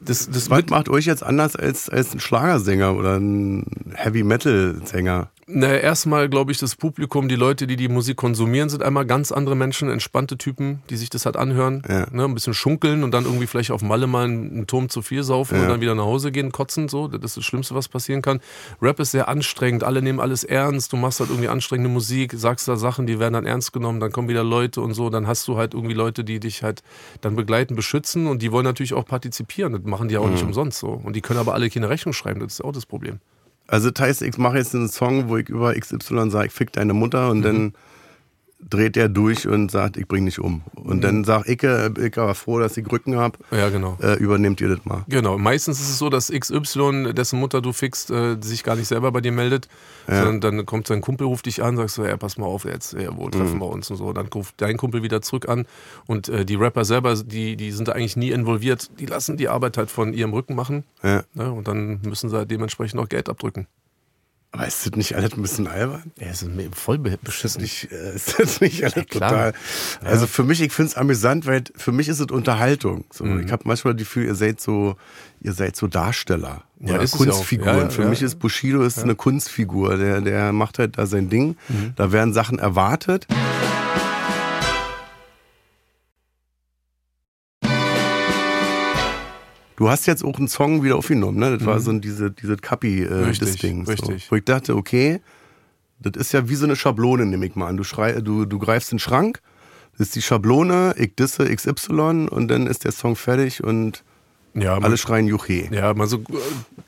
[SPEAKER 3] Das, das
[SPEAKER 2] was macht euch jetzt anders als, als ein Schlagersänger oder ein Heavy-Metal-Sänger?
[SPEAKER 3] Naja, erstmal glaube ich, das Publikum, die Leute, die die Musik konsumieren, sind einmal ganz andere Menschen, entspannte Typen, die sich das halt anhören,
[SPEAKER 2] Ja.
[SPEAKER 3] ne, ein bisschen schunkeln und dann irgendwie vielleicht auf Malle mal einen einen Turm zu viel saufen und
[SPEAKER 2] Ja.
[SPEAKER 3] dann wieder nach Hause gehen, kotzen, so. Das ist das Schlimmste, was passieren kann. Rap ist sehr anstrengend, alle nehmen alles ernst, du machst halt irgendwie anstrengende Musik, sagst da Sachen, die werden dann ernst genommen, dann kommen wieder Leute und so, dann hast du halt irgendwie Leute, die dich halt dann begleiten, beschützen und die wollen natürlich auch partizipieren, das machen die auch nicht umsonst so. Und die können aber alle keine Rechnung schreiben, das ist auch das Problem.
[SPEAKER 2] Also das heißt, ich mache jetzt einen Song, wo ich über XY sage, ich fick deine Mutter und dann dreht der durch und sagt, ich bring dich um. Und dann sagt ich, äh, ich war froh, dass ich Rücken hab,
[SPEAKER 3] Ja, genau.
[SPEAKER 2] äh, übernehmt ihr das mal.
[SPEAKER 3] Genau, meistens ist es so, dass XY, dessen Mutter du fixst, äh, sich gar nicht selber bei dir meldet, sondern dann kommt sein Kumpel, ruft dich an, sagst du, ey, pass mal auf, jetzt, ey, wo treffen wir uns und so. Dann ruft dein Kumpel wieder zurück an und äh, die Rapper selber, die, die sind da eigentlich nie involviert, die lassen die Arbeit halt von ihrem Rücken machen
[SPEAKER 2] Ja.
[SPEAKER 3] ne? und dann müssen sie halt dementsprechend auch Geld abdrücken.
[SPEAKER 2] Aber ist das nicht alles ein bisschen albern?
[SPEAKER 3] Ja, es ist voll beschissen.
[SPEAKER 2] Ich, äh, [laughs] ist das nicht alles
[SPEAKER 3] klar.
[SPEAKER 2] total. Also für mich, ich finde es amüsant, weil für mich ist es Unterhaltung. So,
[SPEAKER 3] Mhm.
[SPEAKER 2] Ich habe manchmal das Gefühl, ihr seid so, ihr seid so Darsteller.
[SPEAKER 3] Ja,
[SPEAKER 2] oder
[SPEAKER 3] ist es ja auch.
[SPEAKER 2] Kunstfiguren.
[SPEAKER 3] Ja, ja,
[SPEAKER 2] für
[SPEAKER 3] ja. Mhm.
[SPEAKER 2] mich ist Bushido ist eine Kunstfigur. Der, der macht halt da sein Ding. Da werden Sachen erwartet. Du hast jetzt auch einen Song wieder aufgenommen, ne? Das war so ein, diese, diese Kappi, äh,
[SPEAKER 3] Mhm. Richtig,
[SPEAKER 2] das Ding. So.
[SPEAKER 3] richtig.
[SPEAKER 2] Wo ich dachte, okay, das ist ja wie so eine Schablone, nehme ich mal an. Du, schrei, du, du greifst in den Schrank, Das ist die Schablone, ich disse XY und dann ist der Song fertig und
[SPEAKER 3] Ja, man,
[SPEAKER 2] alle schreien Juche.
[SPEAKER 3] ja, mal so äh,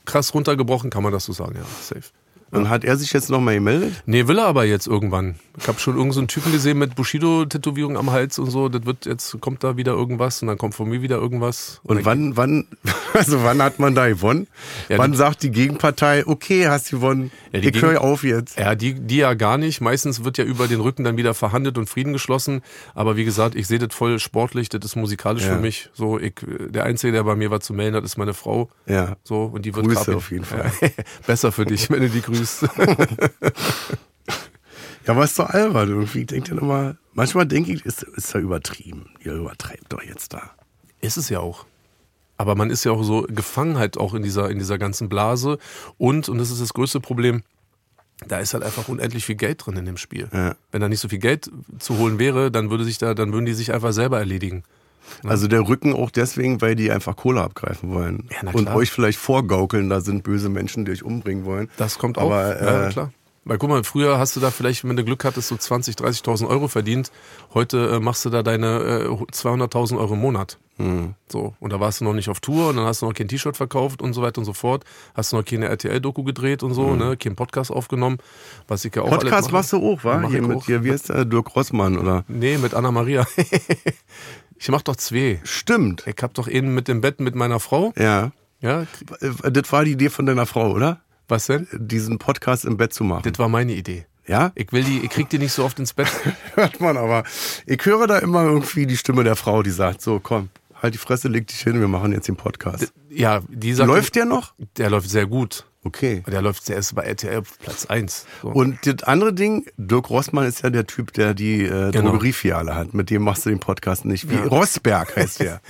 [SPEAKER 3] krass runtergebrochen kann man das so sagen, ja, safe.
[SPEAKER 2] Und hat er sich jetzt nochmal gemeldet?
[SPEAKER 3] Nee, will er aber jetzt irgendwann. Ich habe schon irgendeinen so einen Typen gesehen mit Bushido-Tätowierung am Hals und so. Das wird jetzt, kommt da wieder irgendwas und dann kommt von mir wieder irgendwas.
[SPEAKER 2] Und wann, wann, [laughs] also wann hat man da gewonnen?
[SPEAKER 3] Ja,
[SPEAKER 2] wann
[SPEAKER 3] die-
[SPEAKER 2] sagt die Gegenpartei, okay, hast gewonnen,
[SPEAKER 3] Ja, die
[SPEAKER 2] ich
[SPEAKER 3] Gegen-
[SPEAKER 2] höre auf jetzt.
[SPEAKER 3] Ja, die, die ja gar nicht. Meistens wird ja über den Rücken dann wieder verhandelt und Frieden geschlossen. Aber wie gesagt, ich sehe das voll sportlich, das ist musikalisch
[SPEAKER 2] Ja.
[SPEAKER 3] für mich. So, ich, der Einzige, der bei mir was zu melden hat, ist meine Frau.
[SPEAKER 2] Ja.
[SPEAKER 3] So, und die wird
[SPEAKER 2] Grüße
[SPEAKER 3] grad nicht-
[SPEAKER 2] auf jeden Fall.
[SPEAKER 3] Ja. [laughs] Besser für dich, wenn du die grüßt.
[SPEAKER 2] Ja, aber ist doch albern irgendwie. Ich denke dann immer, manchmal denke ich, ist, ist da übertrieben. Ihr übertreibt doch jetzt da.
[SPEAKER 3] Ist es ja auch. Aber man ist ja auch so gefangen halt auch in dieser, in dieser ganzen Blase. Und, und das ist das größte Problem, da ist halt einfach unendlich viel Geld drin in dem Spiel.
[SPEAKER 2] Ja.
[SPEAKER 3] Wenn da nicht so viel Geld zu holen wäre, dann würde sich da, dann würden die sich einfach selber erledigen.
[SPEAKER 2] Also der Rücken auch deswegen, weil die einfach Kohle abgreifen wollen.
[SPEAKER 3] Ja, na
[SPEAKER 2] und
[SPEAKER 3] klar.
[SPEAKER 2] euch vielleicht vorgaukeln, da sind böse Menschen, die euch umbringen wollen.
[SPEAKER 3] Das kommt auch.
[SPEAKER 2] Aber,
[SPEAKER 3] ja,
[SPEAKER 2] äh,
[SPEAKER 3] klar. Weil guck mal, früher hast du da vielleicht, wenn du Glück hattest, so 20.000, 30.000 Euro verdient. Heute äh, machst du da deine äh, 200.000 Euro im Monat.
[SPEAKER 2] Hm.
[SPEAKER 3] So. Und da warst du noch nicht auf Tour und dann hast du noch kein T-Shirt verkauft und so weiter und so fort. Hast du noch keine RTL-Doku gedreht und so, ne? Kein Podcast aufgenommen. Was ich ja auch
[SPEAKER 2] Hm. Podcast machst du auch, wa?
[SPEAKER 3] Mach
[SPEAKER 2] Hier
[SPEAKER 3] ich
[SPEAKER 2] mit
[SPEAKER 3] auch.
[SPEAKER 2] dir, wie heißt der? Dirk Rossmann, oder?
[SPEAKER 3] Nee, mit Anna-Maria. [laughs] ich mach doch zwei.
[SPEAKER 2] Stimmt.
[SPEAKER 3] Ich hab doch eben mit dem Bett mit meiner Frau.
[SPEAKER 2] Ja.
[SPEAKER 3] Ja,
[SPEAKER 2] Äh, Das war die Idee von deiner Frau, oder?
[SPEAKER 3] was denn?
[SPEAKER 2] Diesen Podcast im Bett zu machen.
[SPEAKER 3] Das war meine Idee.
[SPEAKER 2] Ja?
[SPEAKER 3] Ich will die, ich krieg die nicht so oft ins Bett.
[SPEAKER 2] [laughs] Hört man aber. Ich höre da immer irgendwie die Stimme der Frau, die sagt, so komm, halt die Fresse, leg dich hin, wir machen jetzt den Podcast.
[SPEAKER 3] Ja, die sagt,
[SPEAKER 2] Läuft der noch?
[SPEAKER 3] Der läuft sehr gut.
[SPEAKER 2] Okay.
[SPEAKER 3] Der läuft der ist bei RTL auf Platz 1. So.
[SPEAKER 2] Und das andere Ding, Dirk Rossmann ist ja der Typ, der die äh,
[SPEAKER 3] Genau.
[SPEAKER 2] Drogeriefiale hat. Mit dem machst du den Podcast nicht. Wie Rossberg heißt
[SPEAKER 3] [laughs]
[SPEAKER 2] der.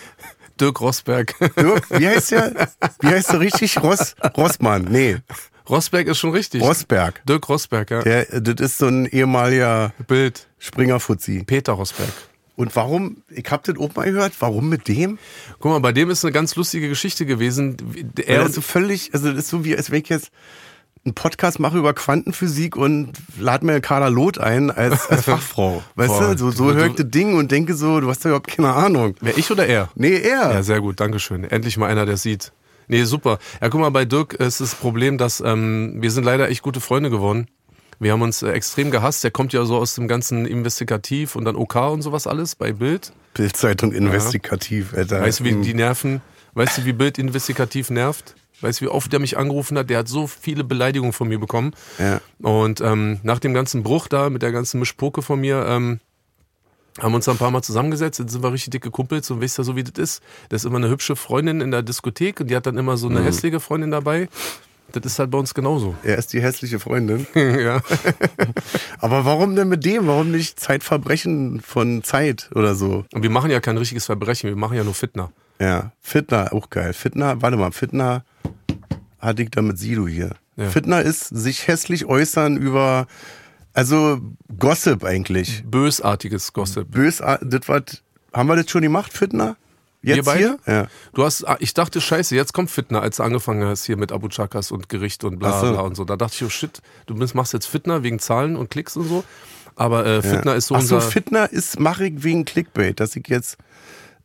[SPEAKER 3] Dirk Rosberg. [laughs]
[SPEAKER 2] Dirk, wie heißt der? Wie heißt der richtig? Ross, Rossmann. Nee,
[SPEAKER 3] Rosberg ist schon richtig.
[SPEAKER 2] Rossberg.
[SPEAKER 3] Dirk Rosberg, ja.
[SPEAKER 2] Der, äh, das ist so ein ehemaliger
[SPEAKER 3] Bild.
[SPEAKER 2] Springerfuzzi.
[SPEAKER 3] Peter Rosberg.
[SPEAKER 2] Und warum, ich hab das auch mal gehört, warum mit dem?
[SPEAKER 3] Guck mal, bei dem ist eine ganz lustige Geschichte gewesen. Wie-
[SPEAKER 2] Er
[SPEAKER 3] Er
[SPEAKER 2] ist so völlig, also das ist so wie, als wenn ich jetzt einen Podcast mache über Quantenphysik und lad mir Carla Loth ein als,
[SPEAKER 3] [laughs]
[SPEAKER 2] als Fachfrau. Weißt
[SPEAKER 3] Boah,
[SPEAKER 2] du, so, so
[SPEAKER 3] du-
[SPEAKER 2] höre ich das Ding und denke so, du hast ja überhaupt keine Ahnung.
[SPEAKER 3] Wer ich oder er?
[SPEAKER 2] Nee, er.
[SPEAKER 3] Ja, sehr gut, Dankeschön. Endlich mal einer, der sieht. Nee, super. Ja, guck mal, bei Dirk ist das Problem, dass ähm, wir sind leider echt gute Freunde geworden. Wir haben uns äh, extrem gehasst. Der kommt ja so aus dem ganzen Investigativ und dann OK und sowas alles bei Bild.
[SPEAKER 2] Bildzeitung investigativ, Alter.
[SPEAKER 3] Weißt du, wie
[SPEAKER 2] Hm.
[SPEAKER 3] die ne- nerven? Weißt du, wie Bild investigativ nervt? Weißt du, wie oft der mich angerufen hat? Der hat so viele Beleidigungen von mir bekommen.
[SPEAKER 2] Ja.
[SPEAKER 3] Und ähm, nach dem ganzen Bruch da, mit der ganzen Mischpoke von mir, ähm, haben uns dann ein paar Mal zusammengesetzt, dann sind wir richtig dicke Kumpels und weißt ja so, wie das ist. Das ist immer eine hübsche Freundin in der Diskothek und die hat dann immer
[SPEAKER 2] Hm.
[SPEAKER 3] so eine hässliche Freundin dabei. Das ist halt bei uns genauso.
[SPEAKER 2] Er ist die hässliche Freundin.
[SPEAKER 3] [laughs] ja.
[SPEAKER 2] [laughs] Aber warum denn mit dem? Warum nicht Zeitverbrechen von Zeit oder so?
[SPEAKER 3] Und wir machen ja kein richtiges Verbrechen, wir machen ja nur Fitner.
[SPEAKER 2] Ja, Fitner, auch geil. Fitner, warte mal, Fitner hatte ich da mit Sido hier.
[SPEAKER 3] Ja.
[SPEAKER 2] Fitner ist sich hässlich äußern über, also Gossip eigentlich.
[SPEAKER 3] Bösartiges Gossip.
[SPEAKER 2] Bös, das war, haben wir das schon gemacht, Fitner? Jetzt
[SPEAKER 3] Wir beide?
[SPEAKER 2] hier? Ja.
[SPEAKER 3] Du hast, ah, ich dachte, scheiße, jetzt kommt Fitner, als du angefangen hast hier mit Abu Chakas und Gericht und bla
[SPEAKER 2] Ach so.
[SPEAKER 3] bla und so. Da dachte ich, oh shit, du bist, machst jetzt Fitner wegen Zahlen und Klicks und so. Aber äh, Fitner ist so
[SPEAKER 2] Ach so,
[SPEAKER 3] unser.
[SPEAKER 2] Fitner ist, mache ich wegen Clickbait, dass ich jetzt,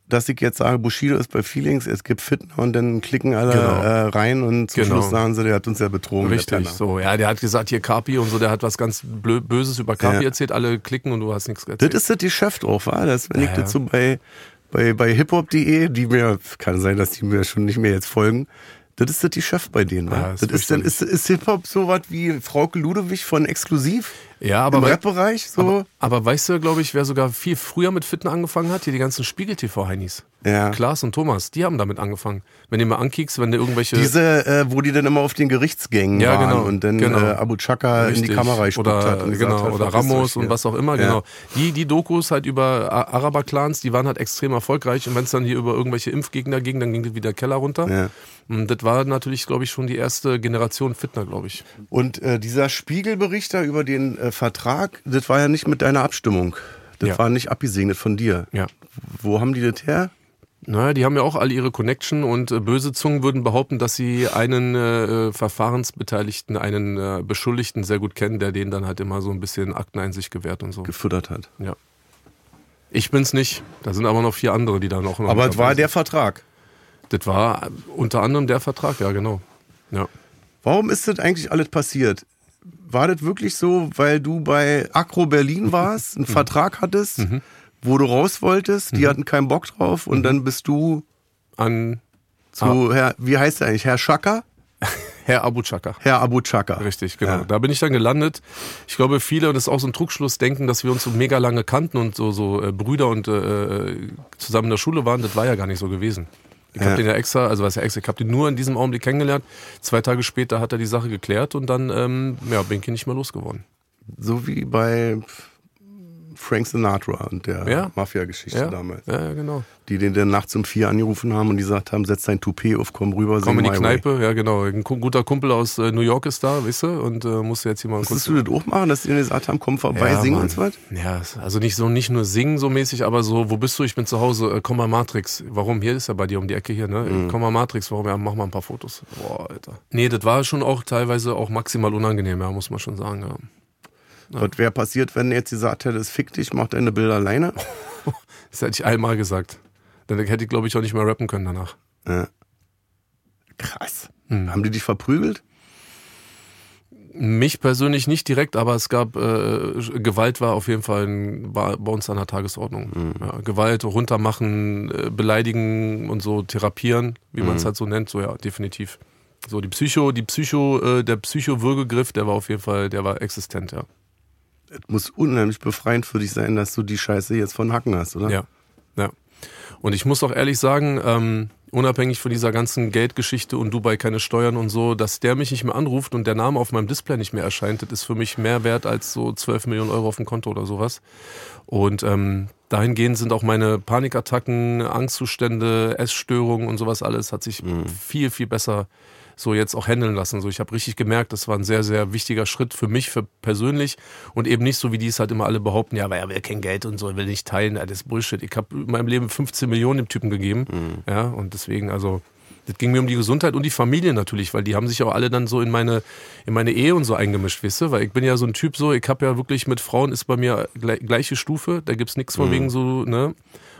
[SPEAKER 2] dass ich jetzt sage, Bushido ist bei Feelings, es gibt Fitner und dann klicken alle
[SPEAKER 3] Genau.
[SPEAKER 2] äh, rein und zum
[SPEAKER 3] Genau.
[SPEAKER 2] Schluss sagen sie, der hat uns ja betrogen. der
[SPEAKER 3] Richtig,
[SPEAKER 2] Penner.
[SPEAKER 3] so. Ja, der hat gesagt, hier Kapi und so, der hat was ganz blö Böses über Kapi
[SPEAKER 2] Ja.
[SPEAKER 3] erzählt, alle klicken und du hast nichts
[SPEAKER 2] Das
[SPEAKER 3] erzählt.
[SPEAKER 2] ist das Geschäft auch, war das? Wenn ich
[SPEAKER 3] Ja, ja.
[SPEAKER 2] dazu bei, bei, bei hiphop.de, die mir, kann sein, dass die mir schon nicht mehr jetzt folgen, das ist das Geschäft bei denen, wa?
[SPEAKER 3] Ja, ist
[SPEAKER 2] Das ist dann, ist, ist Hip-Hop sowas wie Frauke Ludewig von exklusiv?
[SPEAKER 3] ja, aber,
[SPEAKER 2] Im
[SPEAKER 3] wei-
[SPEAKER 2] Rap-Bereich? So?
[SPEAKER 3] aber, aber weißt du, glaube ich, wer sogar viel früher mit Fitner angefangen hat? Hier die ganzen Spiegel-TV-Heinis.
[SPEAKER 2] Ja.
[SPEAKER 3] Klaas und Thomas, die haben damit angefangen. Wenn ihr mal ankickst, wenn du irgendwelche.
[SPEAKER 2] Diese, äh, wo die dann immer auf den Gerichtsgängen
[SPEAKER 3] Ja,
[SPEAKER 2] waren
[SPEAKER 3] genau,
[SPEAKER 2] und dann
[SPEAKER 3] genau.
[SPEAKER 2] äh, Abu Chaka in die
[SPEAKER 3] Richtig.
[SPEAKER 2] Kamera gespuckt
[SPEAKER 3] oder,
[SPEAKER 2] hat. Und gesagt
[SPEAKER 3] genau,
[SPEAKER 2] hat,
[SPEAKER 3] oder
[SPEAKER 2] verpisst euch
[SPEAKER 3] Ramos
[SPEAKER 2] hier.
[SPEAKER 3] und was auch immer,
[SPEAKER 2] Ja.
[SPEAKER 3] genau. Die, die Dokus halt über A- Araber-Clans, die waren halt extrem erfolgreich und wenn es dann hier über irgendwelche Impfgegner ging, dann ging das wieder Keller runter.
[SPEAKER 2] Ja.
[SPEAKER 3] Und das war natürlich, glaube ich, schon die erste Generation Fitner, glaube ich.
[SPEAKER 2] Und äh, dieser Spiegelberichter über den äh, Vertrag, das war ja nicht mit deiner Abstimmung. Das
[SPEAKER 3] Ja.
[SPEAKER 2] war nicht abgesegnet von dir.
[SPEAKER 3] Ja.
[SPEAKER 2] Wo haben die das her?
[SPEAKER 3] Naja, die haben ja auch alle ihre Connection und äh, böse Zungen würden behaupten, dass sie einen äh, äh, Verfahrensbeteiligten, einen äh, Beschuldigten sehr gut kennen, der denen dann halt immer so ein bisschen Akteneinsicht gewährt und so.
[SPEAKER 2] Gefüttert hat.
[SPEAKER 3] Ja. Ich bin's nicht. Da sind aber noch vier andere, die da noch. noch
[SPEAKER 2] Aber
[SPEAKER 3] mit
[SPEAKER 2] es war
[SPEAKER 3] dabei
[SPEAKER 2] der Vertrag.
[SPEAKER 3] sind. Das war unter anderem der Vertrag, ja, genau. Ja.
[SPEAKER 2] Warum ist das eigentlich alles passiert? War das wirklich so, weil du bei Acro Berlin warst,
[SPEAKER 3] Mhm.
[SPEAKER 2] einen Vertrag hattest, wo du raus wolltest, die hatten keinen Bock drauf
[SPEAKER 3] Mhm.
[SPEAKER 2] und dann bist du
[SPEAKER 3] An
[SPEAKER 2] zu
[SPEAKER 3] Ah.
[SPEAKER 2] Herr, wie heißt er eigentlich, Herr Schacker?
[SPEAKER 3] Herr Abu Chaka.
[SPEAKER 2] Herr Abu Chaka.
[SPEAKER 3] Richtig, genau.
[SPEAKER 2] Ja.
[SPEAKER 3] Da bin ich dann gelandet. Ich glaube, viele, und das ist auch so ein Trugschluss, denken, dass wir uns so mega lange kannten und so, so äh, Brüder und äh, äh, zusammen in der Schule waren. Das war ja gar nicht so gewesen. Ich habe
[SPEAKER 2] Ja.
[SPEAKER 3] den ja extra, also was ja extra, ich habe den nur in diesem Augenblick kennengelernt. Zwei Tage später hat er die Sache geklärt und dann ähm, ja, bin ich ihn nicht mehr losgeworden.
[SPEAKER 2] So wie bei Frank Sinatra und der
[SPEAKER 3] Ja.
[SPEAKER 2] Mafia-Geschichte
[SPEAKER 3] Ja,
[SPEAKER 2] damals.
[SPEAKER 3] ja, ja, genau.
[SPEAKER 2] Die den dann nachts um vier angerufen haben und die gesagt haben, setz dein Toupet auf, komm rüber,
[SPEAKER 3] Komm in
[SPEAKER 2] sing
[SPEAKER 3] die
[SPEAKER 2] My Way.
[SPEAKER 3] Kneipe, ja genau. Ein ku- guter Kumpel aus äh, New York ist da, weißt du, und äh, musste jetzt hier mal kurz
[SPEAKER 2] Musstest du das auch machen, dass die denen gesagt haben, komm vorbei,
[SPEAKER 3] Ja,
[SPEAKER 2] sing
[SPEAKER 3] Mann.
[SPEAKER 2] uns was?
[SPEAKER 3] Ja, also nicht so nicht nur singen so mäßig, aber so, wo bist du? Ich bin zu Hause, äh, komm mal Matrix. Warum? Hier ist ja bei dir um die Ecke hier, ne? Komm mal Matrix, warum? Ja, mach mal ein paar Fotos. Boah, Alter. Nee, das war schon auch teilweise auch maximal unangenehm, ja, muss man schon sagen. Ja.
[SPEAKER 2] Was wäre passiert, wenn jetzt gesagt hätte, es fick dich, mach deine Bilder alleine?
[SPEAKER 3] Oh. Das hätte ich einmal gesagt. Dann hätte ich, glaube ich, auch nicht mehr rappen können danach.
[SPEAKER 2] Ja. Krass.
[SPEAKER 3] Hm.
[SPEAKER 2] Haben die dich verprügelt?
[SPEAKER 3] Mich persönlich nicht direkt, aber es gab äh, Gewalt war auf jeden Fall ein, war bei uns an der Tagesordnung. Ja, Gewalt runtermachen, äh, beleidigen und so therapieren, wie man es halt so nennt, so ja, definitiv. So die Psycho, die Psycho, äh, der Psycho-Würgegriff, der war auf jeden Fall, der war existent, ja.
[SPEAKER 2] Das muss unheimlich befreiend für dich sein, dass du die Scheiße jetzt von Hacken hast, oder?
[SPEAKER 3] Ja. ja. Und ich muss auch ehrlich sagen, ähm, unabhängig von dieser ganzen Geldgeschichte und Dubai keine Steuern und so, dass der mich nicht mehr anruft und der Name auf meinem Display nicht mehr erscheint, das ist für mich mehr wert als so 12 Millionen Euro auf dem Konto oder sowas. Und ähm, dahingehend sind auch meine Panikattacken, Angstzustände, Essstörungen und sowas alles hat sich viel, viel besser so jetzt auch handeln lassen. So, ich habe richtig gemerkt, das war ein sehr, sehr wichtiger Schritt für mich, für persönlich und eben nicht so, wie die es halt immer alle behaupten, ja, aber er will kein Geld und so, er will nicht teilen, alles Bullshit. Ich habe in meinem Leben 15 Millionen dem Typen gegeben, ja, und deswegen, also das ging mir um die Gesundheit und die Familie natürlich, weil die haben sich auch alle dann so in meine, in meine Ehe und so eingemischt, weißt du? Weil ich bin ja so ein Typ so, ich habe ja wirklich mit Frauen ist bei mir gle gleiche Stufe, da gibt's nichts von wegen so, ne?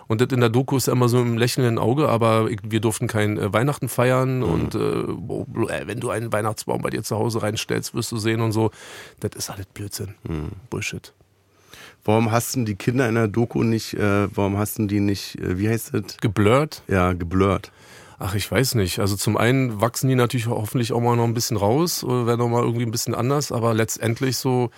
[SPEAKER 3] Und das in der Doku ist ja immer so im lächelnden Auge, aber ich, wir durften kein äh, Weihnachten feiern und äh, oh, bl- äh, wenn du einen Weihnachtsbaum bei dir zu Hause reinstellst, wirst du sehen und so. Das ist alles Blödsinn. Bullshit.
[SPEAKER 2] Warum hast denn die Kinder in der Doku nicht, äh, warum hast denn die nicht, äh, wie heißt das?
[SPEAKER 3] Geblurrt,
[SPEAKER 2] Ja, geblurrt.
[SPEAKER 3] Ach, ich weiß nicht. Also zum einen wachsen die natürlich hoffentlich auch mal noch ein bisschen raus, oder werden auch mal irgendwie ein bisschen anders, aber letztendlich so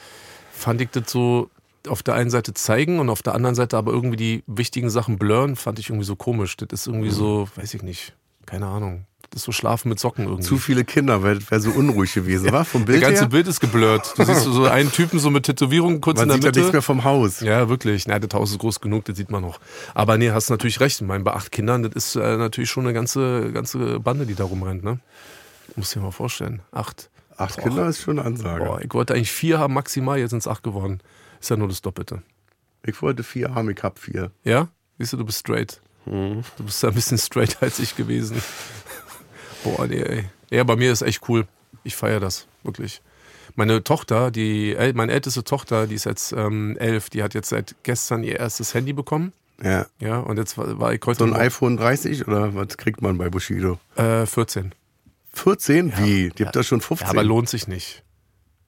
[SPEAKER 3] fand ich das so auf der einen Seite zeigen und auf der anderen Seite aber irgendwie die wichtigen Sachen blurren, fand ich irgendwie so komisch. Das ist
[SPEAKER 2] Mhm.
[SPEAKER 3] irgendwie so, weiß ich nicht, keine Ahnung. Das ist so Schlafen mit Socken irgendwie.
[SPEAKER 2] Zu viele Kinder, weil das wäre so unruhig
[SPEAKER 3] [laughs]
[SPEAKER 2] gewesen, war vom
[SPEAKER 3] das
[SPEAKER 2] Bild
[SPEAKER 3] ganze
[SPEAKER 2] her?
[SPEAKER 3] Bild ist geblurrt. Du siehst so einen Typen so mit Tätowierungen kurz
[SPEAKER 2] Man
[SPEAKER 3] in
[SPEAKER 2] sieht ja
[SPEAKER 3] der
[SPEAKER 2] nichts
[SPEAKER 3] Mitte.
[SPEAKER 2] mehr vom Haus.
[SPEAKER 3] Ja, wirklich. Na, das Haus ist groß genug, das sieht man noch. Aber nee, hast natürlich recht. Ich meine, bei acht Kindern, das ist äh, natürlich schon eine ganze, ganze Bande, die da rumrennt, ne? Muss dir mal vorstellen. Acht.
[SPEAKER 2] Acht
[SPEAKER 3] Boah.
[SPEAKER 2] Kinder ist schon eine Ansage.
[SPEAKER 3] Boah, ich wollte eigentlich vier haben, maximal, jetzt sind es acht geworden. Ist ja nur das Doppelte.
[SPEAKER 2] Ich wollte vier haben, ich hab vier.
[SPEAKER 3] Ja? Siehst du, du bist straight. Du bist da ein bisschen straight als ich gewesen. Boah, nee, ey. Ja, bei mir ist echt cool. Ich feiere das, wirklich. Meine Tochter, die, äl- meine älteste Tochter, die ist jetzt ähm, elf, die hat jetzt seit gestern ihr erstes Handy bekommen.
[SPEAKER 2] Ja.
[SPEAKER 3] Ja, und jetzt war, war ich heute
[SPEAKER 2] So ein
[SPEAKER 3] Mo-
[SPEAKER 2] iPhone 30 oder was kriegt man bei Bushido?
[SPEAKER 3] äh, 14.
[SPEAKER 2] 14? Wie? Die habt da schon 15.
[SPEAKER 3] Ja, aber lohnt sich nicht.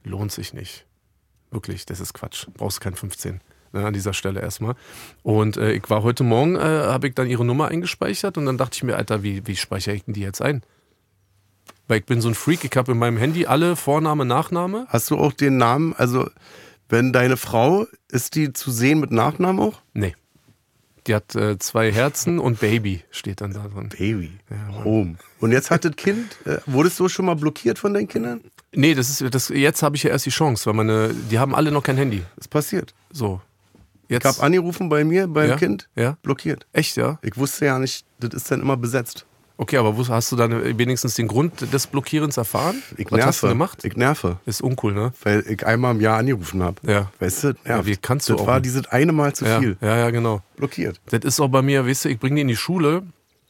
[SPEAKER 3] Lohnt sich nicht. Wirklich, das ist Quatsch. Brauchst kein 15. Ne, an dieser Stelle erstmal. Und äh, ich war heute Morgen, äh, habe ich dann ihre Nummer eingespeichert und dann dachte ich mir, Alter, wie, wie speichere ich denn die jetzt ein? Weil ich bin so ein Freak, ich habe in meinem Handy alle Vorname, Nachname.
[SPEAKER 2] Hast du auch den Namen, also wenn deine Frau, ist die zu sehen mit Nachnamen auch?
[SPEAKER 3] Nee. Die hat äh, zwei Herzen und Baby steht dann da drin.
[SPEAKER 2] Baby. Home. Und jetzt hat das Kind, äh, wurdest du schon mal blockiert von deinen Kindern?
[SPEAKER 3] Nee, das ist, das, jetzt habe ich ja erst die Chance, weil meine, die haben alle noch kein Handy.
[SPEAKER 2] Ist passiert.
[SPEAKER 3] So. Jetzt,
[SPEAKER 2] Ich hab angerufen bei mir, beim
[SPEAKER 3] Ja,
[SPEAKER 2] Kind,
[SPEAKER 3] ja.
[SPEAKER 2] blockiert.
[SPEAKER 3] Echt, ja?
[SPEAKER 2] Ich wusste ja nicht, das ist dann immer besetzt.
[SPEAKER 3] Okay, aber wo- hast du dann wenigstens den Grund des Blockierens erfahren?
[SPEAKER 2] Ich
[SPEAKER 3] Was
[SPEAKER 2] nerve.
[SPEAKER 3] hast du gemacht?
[SPEAKER 2] Ich nerve,
[SPEAKER 3] ist uncool, ne?
[SPEAKER 2] weil ich einmal im Jahr angerufen habe.
[SPEAKER 3] Ja.
[SPEAKER 2] Weißt du, nervt.
[SPEAKER 3] wie kannst du
[SPEAKER 2] das
[SPEAKER 3] auch
[SPEAKER 2] war
[SPEAKER 3] nicht?
[SPEAKER 2] dieses eine Mal zu
[SPEAKER 3] Ja,
[SPEAKER 2] viel.
[SPEAKER 3] ja, ja, genau.
[SPEAKER 2] Blockiert.
[SPEAKER 3] Das ist auch bei mir, weißt du, ich bringe die in die Schule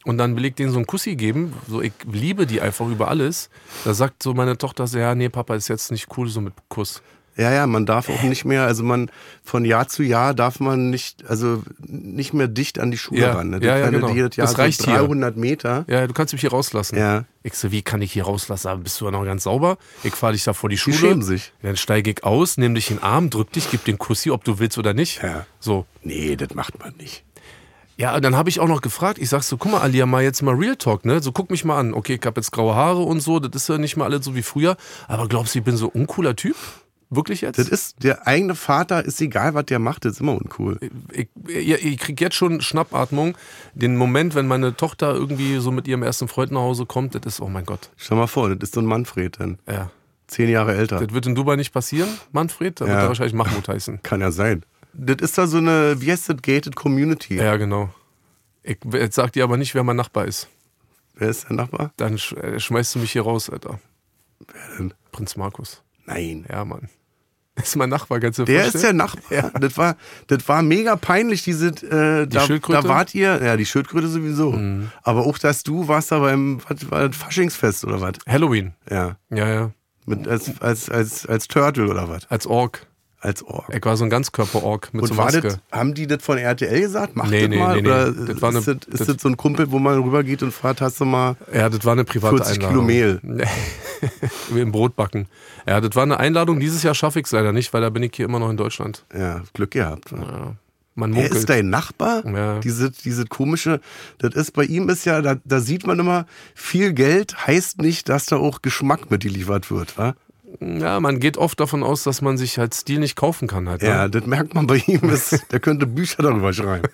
[SPEAKER 3] und dann will ich denen so einen Kussi geben. So, ich liebe die einfach über alles. Da sagt so meine Tochter so, ja, nee, Papa, ist jetzt nicht cool so mit Kuss.
[SPEAKER 2] Ja, ja, man darf auch nicht mehr, also man von Jahr zu Jahr darf man nicht, also nicht mehr dicht an die Schule
[SPEAKER 3] Ja,
[SPEAKER 2] ran. Ne?
[SPEAKER 3] ja, ja,
[SPEAKER 2] kann
[SPEAKER 3] genau.
[SPEAKER 2] jedes Jahr
[SPEAKER 3] Das reicht
[SPEAKER 2] so
[SPEAKER 3] hier.
[SPEAKER 2] 300 Meter.
[SPEAKER 3] Ja, du kannst mich hier rauslassen.
[SPEAKER 2] Ja.
[SPEAKER 3] Ich so, wie kann ich hier rauslassen? Aber Bist du ja noch ganz sauber? Ich fahre dich da vor die Schule.
[SPEAKER 2] schämen sich.
[SPEAKER 3] Dann steige ich aus, nehme dich in den Arm, drück dich, gib den Kussi, ob du willst oder nicht.
[SPEAKER 2] Ja.
[SPEAKER 3] So.
[SPEAKER 2] Nee, das macht man nicht.
[SPEAKER 3] Ja, und dann habe ich auch noch gefragt, ich sag so, guck mal, Alia, mal jetzt mal Real Talk, ne? So guck mich mal an. Okay, ich habe jetzt graue Haare und so, das ist ja nicht mal alles so wie früher. Aber glaubst du, ich bin so ein uncooler Typ? Wirklich jetzt?
[SPEAKER 2] Das ist, der eigene Vater ist egal, was der macht, das ist immer uncool.
[SPEAKER 3] ich, ich, ich kriege jetzt schon Schnappatmung. Den Moment, wenn meine Tochter irgendwie so mit ihrem ersten Freund nach Hause kommt, das ist, oh mein Gott.
[SPEAKER 2] Stell mal vor, das ist so ein Manfred dann.
[SPEAKER 3] Ja.
[SPEAKER 2] Zehn Jahre älter.
[SPEAKER 3] Das wird in Dubai nicht passieren, Manfred. Da wird
[SPEAKER 2] Ja.
[SPEAKER 3] er wahrscheinlich Mahmoud heißen.
[SPEAKER 2] Kann ja sein. Das ist da so eine, wie heißt das, Gated Community.
[SPEAKER 3] Ja, genau. Ich, jetzt sag dir aber nicht, wer mein Nachbar ist.
[SPEAKER 2] Wer ist der Nachbar?
[SPEAKER 3] Dann sch, äh, schmeißt du mich hier raus, Alter. Wer
[SPEAKER 2] denn?
[SPEAKER 3] Prinz Markus.
[SPEAKER 2] Nein.
[SPEAKER 3] Ja, Mann. [laughs] Das ist mein Nachbar, ganz
[SPEAKER 2] Der ist der Nachbar. Das, war, das war mega peinlich, diese, äh, da,
[SPEAKER 3] Schildkröte? Mhm.
[SPEAKER 2] da wart ihr, ja, die Schildkröte sowieso. Aber auch, dass du warst da beim, was war das, Faschingsfest oder was?
[SPEAKER 3] Halloween.
[SPEAKER 2] Ja.
[SPEAKER 3] Ja, ja.
[SPEAKER 2] Mit, als, als, als, als Turtle oder was?
[SPEAKER 3] Als Ork.
[SPEAKER 2] Als Org.
[SPEAKER 3] Ich war so ein Ganzkörper-Ork mit so
[SPEAKER 2] Und war
[SPEAKER 3] Maske.
[SPEAKER 2] das, haben die das von RTL gesagt? Mach
[SPEAKER 3] Nee,
[SPEAKER 2] das
[SPEAKER 3] nee,
[SPEAKER 2] mal?
[SPEAKER 3] nee, nee.
[SPEAKER 2] Oder
[SPEAKER 3] Das war
[SPEAKER 2] ist,
[SPEAKER 3] eine-
[SPEAKER 2] das, ist
[SPEAKER 3] das-
[SPEAKER 2] das so ein Kumpel, wo man rübergeht und fragt, hast du mal
[SPEAKER 3] Ja, das war eine private
[SPEAKER 2] 40 Kilo
[SPEAKER 3] Einladung. [laughs]
[SPEAKER 2] Mehl?
[SPEAKER 3] Im Brot backen. Ja, das war eine Einladung. Dieses Jahr schaffe ich es leider nicht, weil da bin ich hier immer noch in Deutschland.
[SPEAKER 2] Ja, Glück gehabt.
[SPEAKER 3] Man
[SPEAKER 2] Er ist
[SPEAKER 3] munkelt.
[SPEAKER 2] dein Nachbar?
[SPEAKER 3] Ja.
[SPEAKER 2] Diese, diese komische, das ist bei ihm ist ja, da, da sieht man immer, viel Geld heißt nicht, dass da auch Geschmack mitgeliefert wird, wa?
[SPEAKER 3] Ja, man geht oft davon aus, dass man sich halt Stil nicht kaufen kann. Halt, ne?
[SPEAKER 2] Ja, das merkt man bei ihm,
[SPEAKER 3] [laughs]
[SPEAKER 2] ist, der könnte Bücher darüber schreiben.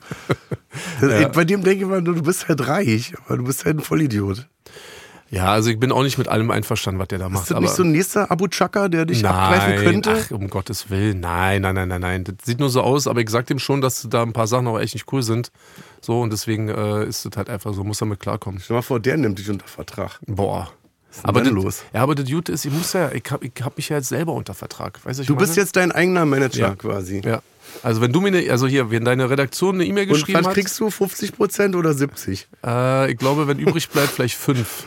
[SPEAKER 2] Das, ey, Bei dem denke ich mal, du bist halt reich, aber du bist halt ein Vollidiot.
[SPEAKER 3] ja, also ich bin auch nicht mit allem einverstanden, was der da macht.
[SPEAKER 2] Ist das
[SPEAKER 3] aber
[SPEAKER 2] nicht so ein nächster Abu Chaka, der dich abgreifen
[SPEAKER 3] nein,
[SPEAKER 2] könnte?
[SPEAKER 3] ach, um Gottes Willen. Nein, nein, nein, nein, nein. Das sieht nur so aus, aber ich sag dem schon, dass da ein paar Sachen auch echt nicht cool sind. So, und deswegen äh, ist das halt einfach so, muss damit klarkommen.
[SPEAKER 2] Stell mal vor, der nimmt dich unter Vertrag.
[SPEAKER 3] Boah.
[SPEAKER 2] denn
[SPEAKER 3] aber
[SPEAKER 2] denn
[SPEAKER 3] das-
[SPEAKER 2] los?
[SPEAKER 3] Ja, aber das Jute ist, ich muss ja, ich hab, ich hab mich ja jetzt selber unter Vertrag. Weißt du, was ich
[SPEAKER 2] Du bist
[SPEAKER 3] meine?
[SPEAKER 2] jetzt dein eigener Manager
[SPEAKER 3] Ja.
[SPEAKER 2] quasi.
[SPEAKER 3] Ja. Also wenn du mir eine, also hier, wenn deine Redaktion eine E-Mail
[SPEAKER 2] Und
[SPEAKER 3] geschrieben
[SPEAKER 2] was
[SPEAKER 3] hat,
[SPEAKER 2] kriegst du? 50% oder 70%?
[SPEAKER 3] äh, ich glaube, wenn übrig bleibt, vielleicht fünf.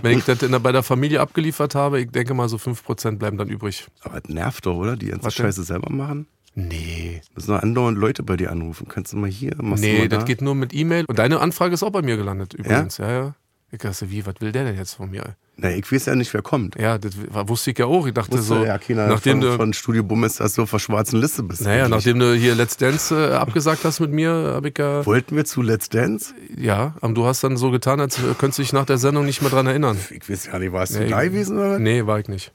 [SPEAKER 3] Wenn ich das in der, bei der Familie abgeliefert habe, ich denke mal so 5% bleiben dann übrig.
[SPEAKER 2] Aber das nervt doch, oder? Die ganze
[SPEAKER 3] Was denn?
[SPEAKER 2] Scheiße selber machen?
[SPEAKER 3] Nee.
[SPEAKER 2] Müssen noch andauernd Leute bei dir anrufen. Kannst du mal hier, machst du
[SPEAKER 3] Nee,
[SPEAKER 2] mal
[SPEAKER 3] das
[SPEAKER 2] da?
[SPEAKER 3] geht nur mit E-Mail. Und deine Anfrage ist auch bei mir gelandet übrigens. Ja, ja. Ich dachte, wie, was will der denn jetzt von mir?
[SPEAKER 2] Na, ich weiß ja nicht, wer kommt.
[SPEAKER 3] Ja, das war- wusste ich ja auch. Ich dachte so,
[SPEAKER 2] ja, keiner
[SPEAKER 3] nachdem
[SPEAKER 2] von,
[SPEAKER 3] du,
[SPEAKER 2] von Studio Bummels, dass du auf der schwarzen Liste bist.
[SPEAKER 3] naja,
[SPEAKER 2] eigentlich.
[SPEAKER 3] nachdem du hier Let's Dance äh, abgesagt hast mit mir, habe ich ja,
[SPEAKER 2] Wollten wir zu Let's Dance?
[SPEAKER 3] ja, aber du hast dann so getan, als äh, könntest du dich nach der Sendung nicht mehr dran erinnern.
[SPEAKER 2] Ich weiß ja nicht, warst du
[SPEAKER 3] Nee,
[SPEAKER 2] da
[SPEAKER 3] ich-
[SPEAKER 2] gewesen oder was?
[SPEAKER 3] Nee, war ich nicht.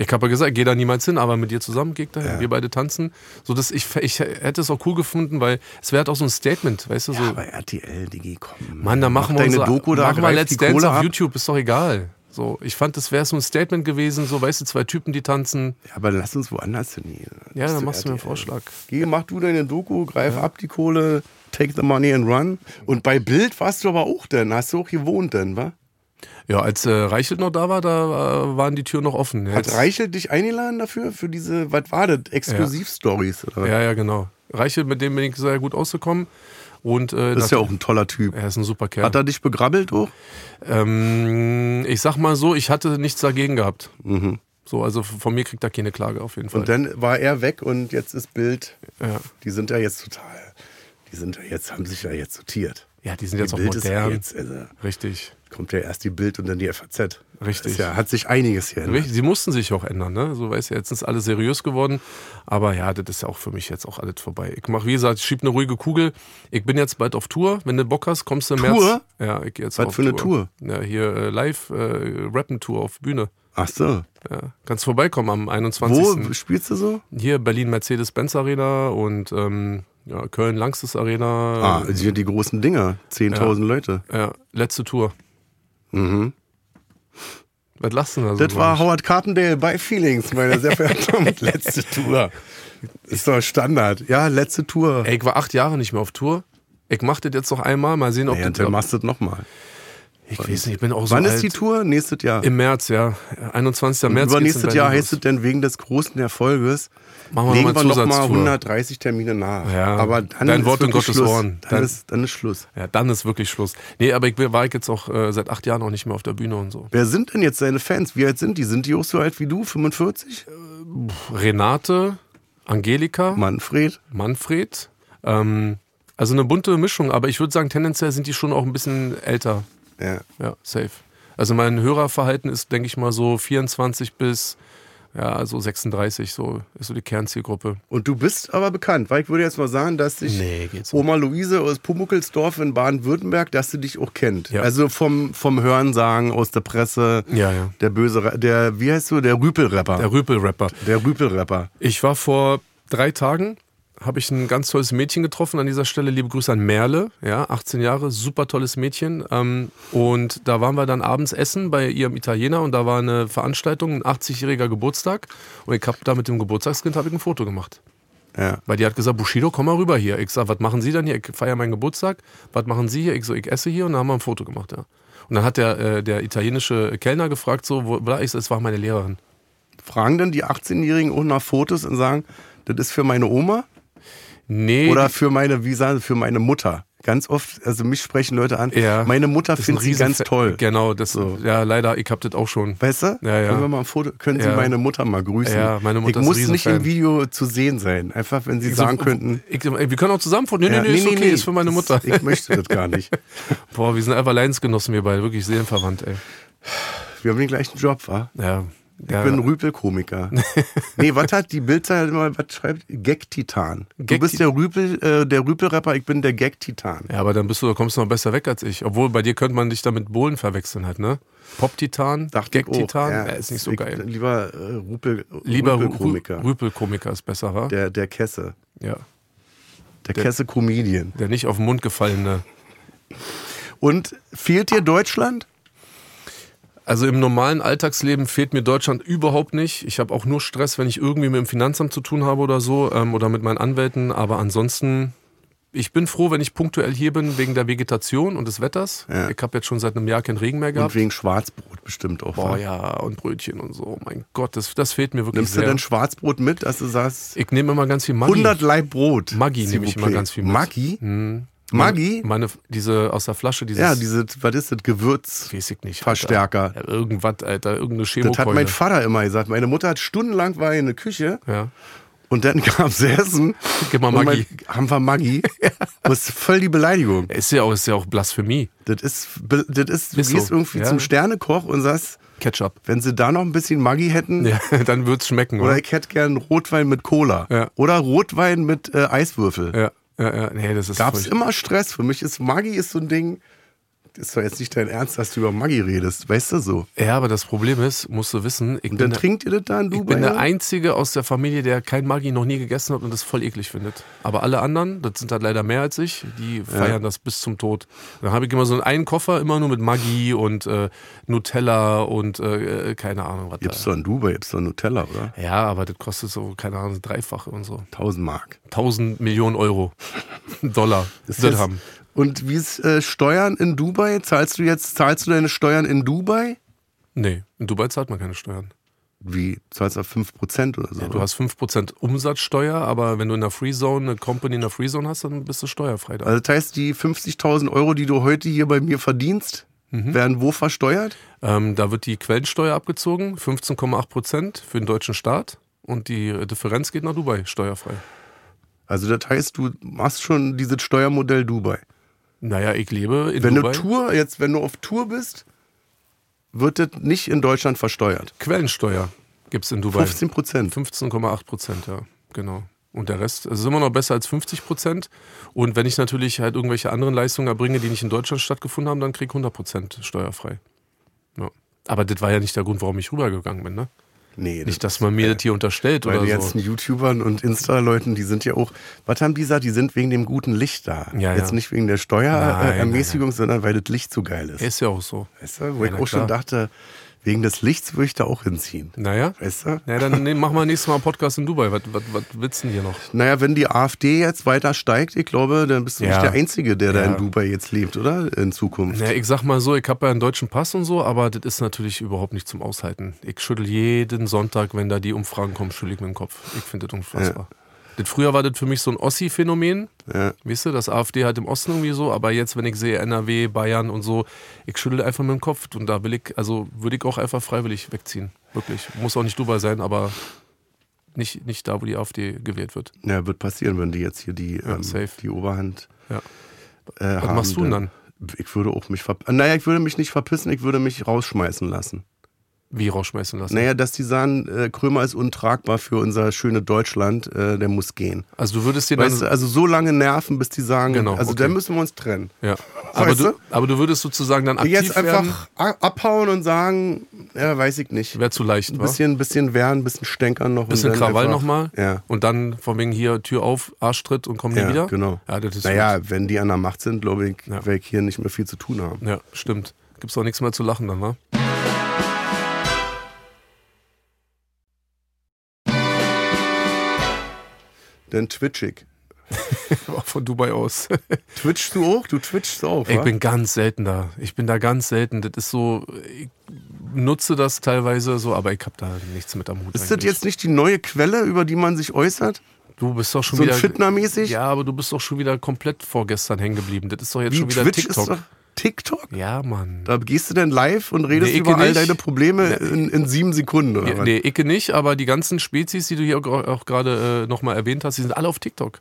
[SPEAKER 3] Ich habe ja gesagt, geh da niemals hin, aber mit dir zusammen geh ich dahin. Wir beide tanzen. So, dass ich, ich hätte es auch cool gefunden, weil es wäre halt auch so ein Statement, weißt du, so,
[SPEAKER 2] Ja, aber RTL, Digi, komm.
[SPEAKER 3] Mann, dann machen
[SPEAKER 2] Mach
[SPEAKER 3] wir
[SPEAKER 2] deine
[SPEAKER 3] unsere,
[SPEAKER 2] Doku da,
[SPEAKER 3] machen wir
[SPEAKER 2] greif
[SPEAKER 3] Let's
[SPEAKER 2] die
[SPEAKER 3] Dance
[SPEAKER 2] Kohle
[SPEAKER 3] auf
[SPEAKER 2] ab.
[SPEAKER 3] YouTube, ist doch egal. So, ich fand, das wäre so ein Statement gewesen, so, weißt du, zwei Typen, die tanzen.
[SPEAKER 2] Ja, aber lass uns woanders hin. hier.
[SPEAKER 3] Ja,
[SPEAKER 2] Bist
[SPEAKER 3] dann
[SPEAKER 2] du
[SPEAKER 3] machst du mir
[SPEAKER 2] RTL.
[SPEAKER 3] einen Vorschlag.
[SPEAKER 2] Geh, mach du deine Doku, greif ab die Kohle, take the money and run. Und bei Bild warst du aber auch denn, hast du auch gewohnt denn, wa?
[SPEAKER 3] Ja, als äh, Reichelt noch da war, da äh, waren die Türen noch offen.
[SPEAKER 2] Hat
[SPEAKER 3] Jetzt-
[SPEAKER 2] Reichelt dich eingeladen dafür? Für diese, was war das? Exklusivstories? oder was?
[SPEAKER 3] Ja, ja, genau. Reichelt, mit dem bin ich sehr gut ausgekommen. Und, äh,
[SPEAKER 2] Das ist ja auch ein toller Typ.
[SPEAKER 3] er ist ein super Kerl.
[SPEAKER 2] Hat er dich begrabbelt auch?
[SPEAKER 3] Ähm, ich sag mal so, ich hatte nichts dagegen gehabt. So, also von mir kriegt er keine Klage auf jeden Fall.
[SPEAKER 2] Mhm. Und dann war er weg und jetzt ist Bild.
[SPEAKER 3] Ja.
[SPEAKER 2] Die sind ja jetzt total. Die sind ja jetzt, haben sich ja jetzt sortiert.
[SPEAKER 3] ja, die sind jetzt
[SPEAKER 2] die
[SPEAKER 3] auch
[SPEAKER 2] Bild ist ja
[SPEAKER 3] modern.
[SPEAKER 2] jetzt, also,
[SPEAKER 3] Richtig.
[SPEAKER 2] kommt ja erst die Bild und dann die FAZ.
[SPEAKER 3] Richtig.
[SPEAKER 2] Ist Ja, hat sich einiges hier.
[SPEAKER 3] Richtig, Sie mussten sich auch ändern, ne? So weiß ja, jetzt ist alles seriös geworden. Aber ja, das ist ja auch für mich jetzt auch alles vorbei. Ich mache, wie gesagt, ich schieb eine ruhige Kugel. Ich bin jetzt bald auf Tour. Wenn du Bock hast, kommst du im
[SPEAKER 2] Tour?
[SPEAKER 3] März. Ja, ich gehe jetzt
[SPEAKER 2] Was
[SPEAKER 3] auf
[SPEAKER 2] für eine
[SPEAKER 3] Ja, hier äh, live, äh, Rappen-Tour auf Bühne.
[SPEAKER 2] Ach so.
[SPEAKER 3] Ja. Kannst vorbeikommen am 21.
[SPEAKER 2] Wo spielst du so?
[SPEAKER 3] Hier Berlin Mercedes-Benz Arena und ähm, ja, Köln Langstes Arena.
[SPEAKER 2] Ah, die, die großen Dinger. 10.000 Leute.
[SPEAKER 3] Ja, letzte Tour. Was lachst du denn da so?
[SPEAKER 2] Mhm. Das war
[SPEAKER 3] komisch?
[SPEAKER 2] Howard Carpendale bei Feelings, meine sehr verehrten Damen
[SPEAKER 3] [laughs]
[SPEAKER 2] und Letzte Tour. Ist doch Standard. Ja, letzte Tour.
[SPEAKER 3] Ey, ich war acht Jahre nicht mehr auf Tour. Ich mach das jetzt noch einmal, mal sehen, ob
[SPEAKER 2] Naja,
[SPEAKER 3] das.
[SPEAKER 2] dann machst du das nochmal.
[SPEAKER 3] ich weiß nicht, ich bin auch so
[SPEAKER 2] Wann
[SPEAKER 3] alt.
[SPEAKER 2] ist die Tour? Nächstes Jahr.
[SPEAKER 3] Im März, ja. 21. März.
[SPEAKER 2] Übernächstes Jahr heißt es
[SPEAKER 3] es.
[SPEAKER 2] denn wegen des großen Erfolges,
[SPEAKER 3] Machen wir
[SPEAKER 2] legen
[SPEAKER 3] nochmal
[SPEAKER 2] wir nochmal
[SPEAKER 3] Zusatztour.
[SPEAKER 2] 130 Termine nach.
[SPEAKER 3] Ja,
[SPEAKER 2] Aber dann
[SPEAKER 3] dein
[SPEAKER 2] ist
[SPEAKER 3] Wort in
[SPEAKER 2] wirklich
[SPEAKER 3] Gottes
[SPEAKER 2] Schluss.
[SPEAKER 3] Ohren.
[SPEAKER 2] Dann,
[SPEAKER 3] Dann-
[SPEAKER 2] ist, dann ist Schluss.
[SPEAKER 3] Ja, dann ist wirklich Schluss. Nee, aber ich bin- war ich jetzt auch äh, seit acht Jahren auch nicht mehr auf der Bühne und so.
[SPEAKER 2] Wer sind denn jetzt seine Fans? Wie alt sind die? Sind die auch so alt wie du? 45?
[SPEAKER 3] Renate, Angelika,
[SPEAKER 2] Manfred.
[SPEAKER 3] Manfred. Ähm, also eine bunte Mischung, aber ich würde sagen, tendenziell sind die schon auch ein bisschen älter.
[SPEAKER 2] Ja.
[SPEAKER 3] Ja, safe. Also mein Hörerverhalten ist, denke ich mal, so 24 bis ja, so 36, so ist so die Kernzielgruppe.
[SPEAKER 2] Und du bist aber bekannt, weil ich würde jetzt mal sagen, dass dich
[SPEAKER 3] Nee, geht's
[SPEAKER 2] Oma Luise aus Pumuckelsdorf in Baden-Württemberg, dass sie dich auch kennt.
[SPEAKER 3] Ja.
[SPEAKER 2] Also vom, vom Hörensagen aus der Presse.
[SPEAKER 3] Ja, ja.
[SPEAKER 2] Der böse, Ra- der, wie heißt du, der Rüpelrapper.
[SPEAKER 3] Der Rüpel-Rapper.
[SPEAKER 2] der Rüpelrapper.
[SPEAKER 3] Ich war vor drei Tagen, habe ich ein ganz tolles Mädchen getroffen. An dieser Stelle liebe Grüße an Merle, ja, 18 Jahre, super tolles Mädchen. Ähm, und da waren wir dann abends essen bei ihrem Italiener und da war eine Veranstaltung, ein 80-jähriger Geburtstag. Und ich habe da mit dem Geburtstagskind hab ich ein Foto gemacht.
[SPEAKER 2] Ja.
[SPEAKER 3] Weil die hat gesagt, Bushido, komm mal rüber hier. Ich sag, was machen Sie denn hier? Ich feiere meinen Geburtstag. Was machen Sie hier? Ich so, ich esse hier. Und dann haben wir ein Foto gemacht, ja. Und dann hat der, äh, der italienische Kellner gefragt, so, wo war ich? Es war meine Lehrerin.
[SPEAKER 2] Fragen dann die 18-Jährigen auch nach Fotos und sagen, das ist für meine Oma
[SPEAKER 3] Nee,
[SPEAKER 2] oder für meine, wie sagen sie, für meine Mutter. Ganz oft, also mich sprechen Leute an,
[SPEAKER 3] Ja.
[SPEAKER 2] meine Mutter
[SPEAKER 3] Das ist ein
[SPEAKER 2] findet sie
[SPEAKER 3] riesen
[SPEAKER 2] ganz
[SPEAKER 3] Fe-
[SPEAKER 2] toll.
[SPEAKER 3] Genau, das ja leider, ich hab das auch schon.
[SPEAKER 2] Weißt du?
[SPEAKER 3] Ja, ja.
[SPEAKER 2] Können wir mal ein Foto, können Sie
[SPEAKER 3] Ja.
[SPEAKER 2] meine Mutter mal grüßen?
[SPEAKER 3] Ja, meine Mutter
[SPEAKER 2] ich
[SPEAKER 3] ist
[SPEAKER 2] muss
[SPEAKER 3] ein Riesenfan.
[SPEAKER 2] nicht im Video zu sehen sein, einfach wenn Sie sagen
[SPEAKER 3] So,
[SPEAKER 2] könnten.
[SPEAKER 3] Ich, ey, wir können auch zusammen von. Nee,
[SPEAKER 2] ja,
[SPEAKER 3] nee, nee, ist okay, ist für meine Mutter.
[SPEAKER 2] Ich möchte das gar
[SPEAKER 3] [laughs]
[SPEAKER 2] nicht.
[SPEAKER 3] Boah, wir sind einfach Leidensgenossen, wir beide, wirklich seelenverwandt, ey.
[SPEAKER 2] Wir haben den gleichen Job, wa?
[SPEAKER 3] Ja.
[SPEAKER 2] Ich bin Rüpelkomiker. nee, was hat die Bildzeitung halt immer, was schreibt? Gag-Titan. Du
[SPEAKER 3] Gag-
[SPEAKER 2] bist der Rüpel, äh, der Rüpelrapper, ich bin der Gag-Titan.
[SPEAKER 3] ja, aber dann bist du, kommst du noch besser weg als ich. Obwohl, bei dir könnte man dich damit Bohlen verwechseln halt, ne? Pop-Titan,
[SPEAKER 2] Dachte ich auch.
[SPEAKER 3] Gag-Titan,
[SPEAKER 2] Ja,
[SPEAKER 3] ja, ist nicht so
[SPEAKER 2] ich-
[SPEAKER 3] geil.
[SPEAKER 2] Lieber äh, Rüpel,
[SPEAKER 3] Lieber
[SPEAKER 2] Rüpelkomiker.
[SPEAKER 3] Rü- Rüpelkomiker ist besser, wa?
[SPEAKER 2] der, der Kesse.
[SPEAKER 3] ja.
[SPEAKER 2] Der, Kesse-Comedian.
[SPEAKER 3] Der nicht auf den Mund gefallene.
[SPEAKER 2] Und fehlt dir Deutschland?
[SPEAKER 3] Also im normalen Alltagsleben fehlt mir Deutschland überhaupt nicht. Ich habe auch nur Stress, wenn ich irgendwie mit dem Finanzamt zu tun habe oder so ähm, oder mit meinen Anwälten. Aber ansonsten, ich bin froh, wenn ich punktuell hier bin wegen der Vegetation und des Wetters.
[SPEAKER 2] Ja.
[SPEAKER 3] Ich habe jetzt schon seit einem Jahr keinen Regen mehr
[SPEAKER 2] Und
[SPEAKER 3] gehabt.
[SPEAKER 2] wegen Schwarzbrot bestimmt auch. wa?
[SPEAKER 3] Boah ja, und Brötchen und so. Mein Gott, das, das fehlt mir wirklich
[SPEAKER 2] Nimmst du
[SPEAKER 3] sehr.
[SPEAKER 2] denn Schwarzbrot mit, dass du sagst,
[SPEAKER 3] ich nehme immer ganz viel Maggi.
[SPEAKER 2] 100 Laib Brot?
[SPEAKER 3] Maggi
[SPEAKER 2] s'il
[SPEAKER 3] nehme
[SPEAKER 2] vous
[SPEAKER 3] ich immer
[SPEAKER 2] plaît.
[SPEAKER 3] ganz viel mit. Hm.
[SPEAKER 2] Maggi?
[SPEAKER 3] Meine-
[SPEAKER 2] Maggi?
[SPEAKER 3] Meine, diese aus der Flasche, dieses,
[SPEAKER 2] Ja, diese, was ist das, Gewürz?
[SPEAKER 3] weiß ich nicht.
[SPEAKER 2] Verstärker.
[SPEAKER 3] Alter. Ja, irgendwas, Alter, irgendeine Chemokeule.
[SPEAKER 2] Das hat mein Vater immer gesagt. Meine Mutter hat stundenlang war in der Küche
[SPEAKER 3] ja.
[SPEAKER 2] und dann [laughs] kam sie essen.
[SPEAKER 3] Gib mal
[SPEAKER 2] Und
[SPEAKER 3] Maggi.
[SPEAKER 2] Mein, haben wir
[SPEAKER 3] [laughs]
[SPEAKER 2] Maggi? Das ist voll die Beleidigung.
[SPEAKER 3] Ist ja auch, ist ja auch Blasphemie.
[SPEAKER 2] Das ist, be- das ist du
[SPEAKER 3] Ist so,
[SPEAKER 2] gehst irgendwie
[SPEAKER 3] ja.
[SPEAKER 2] zum Sternekoch und sagst,
[SPEAKER 3] Ketchup. [laughs]
[SPEAKER 2] wenn sie da noch ein bisschen Maggi hätten,
[SPEAKER 3] Ja, dann wird's schmecken,
[SPEAKER 2] oder
[SPEAKER 3] oder?
[SPEAKER 2] ich hätte gern Rotwein mit Cola.
[SPEAKER 3] Ja.
[SPEAKER 2] Oder Rotwein mit äh, Eiswürfel.
[SPEAKER 3] Ja, ja, ja. Nee, das ist
[SPEAKER 2] Gab's
[SPEAKER 3] furcht-
[SPEAKER 2] immer Stress. Für mich ist Maggi ist so ein Ding. Ist doch jetzt nicht dein Ernst, dass du über Maggi redest. Weißt du so?
[SPEAKER 3] Ja, aber das Problem ist, musst du wissen, ich
[SPEAKER 2] Und dann
[SPEAKER 3] bin, der,
[SPEAKER 2] trinkt ihr das dann, du
[SPEAKER 3] ich bin
[SPEAKER 2] beide?
[SPEAKER 3] der Einzige aus der Familie, der kein Maggi noch nie gegessen hat und das voll eklig findet. Aber alle anderen, das sind halt leider mehr als ich, die feiern das bis zum Tod. Dann habe ich immer so einen, einen Koffer immer nur mit Maggi und äh, Nutella und äh, keine Ahnung was.
[SPEAKER 2] Gibt's
[SPEAKER 3] Da.
[SPEAKER 2] doch in Dubai, gibt's doch Nutella, oder?
[SPEAKER 3] Ja, aber das kostet so, keine Ahnung, dreifache und so.
[SPEAKER 2] 1000 Mark.
[SPEAKER 3] 1000 Millionen Euro. [laughs] Dollar.
[SPEAKER 2] Ist
[SPEAKER 3] Das
[SPEAKER 2] das-
[SPEAKER 3] haben.
[SPEAKER 2] Und wie ist äh, Steuern in Dubai? Zahlst du jetzt, zahlst du deine Steuern in Dubai?
[SPEAKER 3] Nee, in Dubai zahlt man keine Steuern.
[SPEAKER 2] Wie? Zahlst du 5% oder so?
[SPEAKER 3] Du hast 5% Umsatzsteuer, aber wenn du in der Free Zone eine Company in der Free Zone hast, dann bist du steuerfrei da.
[SPEAKER 2] Also das heißt, die 50.000 Euro, die du heute hier bei mir verdienst,
[SPEAKER 3] Mhm.
[SPEAKER 2] werden wo versteuert?
[SPEAKER 3] Ähm, da wird die Quellensteuer abgezogen, 15,8% für den deutschen Staat und die äh, Differenz geht nach Dubai steuerfrei.
[SPEAKER 2] Also das heißt, du machst schon dieses Steuermodell Dubai.
[SPEAKER 3] Naja, ich lebe in
[SPEAKER 2] Wenn
[SPEAKER 3] Dubai.
[SPEAKER 2] du Tour, jetzt wenn du auf Tour bist, wird das nicht in Deutschland versteuert.
[SPEAKER 3] Quellensteuer gibt es in Dubai.
[SPEAKER 2] 15 Prozent.
[SPEAKER 3] 15,8 Prozent, ja, genau. Und der Rest also ist immer noch besser als 50 Prozent. Und wenn ich natürlich halt irgendwelche anderen Leistungen erbringe, die nicht in Deutschland stattgefunden haben, dann krieg ich 100 Prozent steuerfrei. Ja. Aber das war ja nicht der Grund, warum ich rübergegangen bin, ne?
[SPEAKER 2] Nee,
[SPEAKER 3] Nicht, dass man
[SPEAKER 2] Äh,
[SPEAKER 3] mir das hier unterstellt
[SPEAKER 2] bei
[SPEAKER 3] oder
[SPEAKER 2] den
[SPEAKER 3] so.
[SPEAKER 2] ganzen YouTubern und Insta-Leuten, die sind ja auch, was haben die gesagt, die sind wegen dem guten Licht da.
[SPEAKER 3] Ja,
[SPEAKER 2] jetzt
[SPEAKER 3] ja.
[SPEAKER 2] nicht wegen der
[SPEAKER 3] Nein, nein,
[SPEAKER 2] Steuerermäßigung, sondern weil das Licht so geil ist.
[SPEAKER 3] Ist ja auch so.
[SPEAKER 2] Weißt du, wo
[SPEAKER 3] Ja,
[SPEAKER 2] ich
[SPEAKER 3] na
[SPEAKER 2] auch schon
[SPEAKER 3] klar.
[SPEAKER 2] dachte, wegen des Lichts würde ich da auch hinziehen.
[SPEAKER 3] Naja.
[SPEAKER 2] Weißt du?
[SPEAKER 3] Ja, dann ne, machen wir nächstes Mal einen Podcast in Dubai. Was, was, was willst du denn hier noch?
[SPEAKER 2] Naja, wenn die AfD jetzt weiter steigt, ich glaube, dann bist du
[SPEAKER 3] Ja.
[SPEAKER 2] nicht der Einzige, der da
[SPEAKER 3] Ja.
[SPEAKER 2] in Dubai jetzt lebt, oder? In Zukunft.
[SPEAKER 3] Ja, ich sag mal so, ich habe ja einen deutschen Pass und so, aber das ist natürlich überhaupt nicht zum Aushalten. Ich schüttel jeden Sonntag, wenn da die Umfragen kommen, schüttel ich mit dem Kopf. Ich finde das unfassbar. Das, früher war das für mich so ein Ossi-Phänomen.
[SPEAKER 2] Ja.
[SPEAKER 3] Weißt du, das AfD halt im Osten irgendwie so, aber jetzt, wenn ich sehe NRW, Bayern und so, ich schüttel einfach mit dem Kopf. Und da will ich, also würde ich auch einfach freiwillig wegziehen. Wirklich. Muss auch nicht Dubai sein, aber nicht, nicht da, wo die AfD gewählt wird.
[SPEAKER 2] Ja, wird passieren, wenn die jetzt hier die, ähm,
[SPEAKER 3] safe.
[SPEAKER 2] die Oberhand
[SPEAKER 3] Ja.
[SPEAKER 2] äh, haben.
[SPEAKER 3] Was machst du denn dann?
[SPEAKER 2] Ich würde auch mich verpissen. Naja, ich würde mich nicht verpissen, ich würde mich rausschmeißen lassen.
[SPEAKER 3] Wie rausschmeißen lassen?
[SPEAKER 2] Naja, dass die sagen, äh, Krömer ist untragbar für unser schönes Deutschland, äh, der muss gehen.
[SPEAKER 3] Also du würdest dir dann.
[SPEAKER 2] Weißt du, also so lange nerven, bis die sagen,
[SPEAKER 3] Genau,
[SPEAKER 2] also
[SPEAKER 3] okay.
[SPEAKER 2] dann müssen wir uns trennen.
[SPEAKER 3] ja. aber,
[SPEAKER 2] Weißt
[SPEAKER 3] du,
[SPEAKER 2] du?
[SPEAKER 3] aber du würdest sozusagen dann aktiv
[SPEAKER 2] Jetzt
[SPEAKER 3] werden.
[SPEAKER 2] einfach a- abhauen und sagen, ja, weiß ich nicht.
[SPEAKER 3] Wäre zu leicht,
[SPEAKER 2] Ein
[SPEAKER 3] wa?
[SPEAKER 2] bisschen, ein bisschen wehren, ein bisschen stänkern noch. und
[SPEAKER 3] Bisschen
[SPEAKER 2] dann
[SPEAKER 3] Krawall
[SPEAKER 2] einfach-
[SPEAKER 3] nochmal
[SPEAKER 2] Ja.
[SPEAKER 3] und dann von wegen hier Tür auf, Arschtritt und komm nie
[SPEAKER 2] Ja,
[SPEAKER 3] wieder.
[SPEAKER 2] genau.
[SPEAKER 3] Ja, das ist
[SPEAKER 2] Naja, wenn die an der Macht sind, glaube ich,
[SPEAKER 3] Ja.
[SPEAKER 2] werde ich hier nicht mehr viel zu tun haben.
[SPEAKER 3] Ja, stimmt. Gibt's auch nichts mehr zu lachen dann, wa? [laughs]
[SPEAKER 2] Dann twitch ich.
[SPEAKER 3] Auch von Dubai aus.
[SPEAKER 2] Twitchst du auch? Du twitchst auch,
[SPEAKER 3] Ich
[SPEAKER 2] wa?
[SPEAKER 3] bin ganz selten da. Ich bin da ganz selten. Das ist so, ich nutze das teilweise so, aber ich hab da nichts mit am Hut.
[SPEAKER 2] Ist das
[SPEAKER 3] eigentlich.
[SPEAKER 2] jetzt nicht die neue Quelle, über die man sich äußert?
[SPEAKER 3] Du bist doch schon
[SPEAKER 2] So ein
[SPEAKER 3] wieder.
[SPEAKER 2] Fitnermäßig?
[SPEAKER 3] Ja, aber du bist doch schon wieder komplett vorgestern hängen geblieben. Das ist doch jetzt
[SPEAKER 2] Wie
[SPEAKER 3] schon wieder
[SPEAKER 2] Twitch
[SPEAKER 3] TikTok.
[SPEAKER 2] ist doch TikTok?
[SPEAKER 3] ja, Mann.
[SPEAKER 2] Da gehst du denn live und redest
[SPEAKER 3] Nee, ich
[SPEAKER 2] über all
[SPEAKER 3] nicht.
[SPEAKER 2] deine Probleme in, in sieben Sekunden, oder was?
[SPEAKER 3] nee, Icke nicht, aber die ganzen Spezies, die du hier auch- auch gerade äh, nochmal erwähnt hast, die sind alle auf TikTok.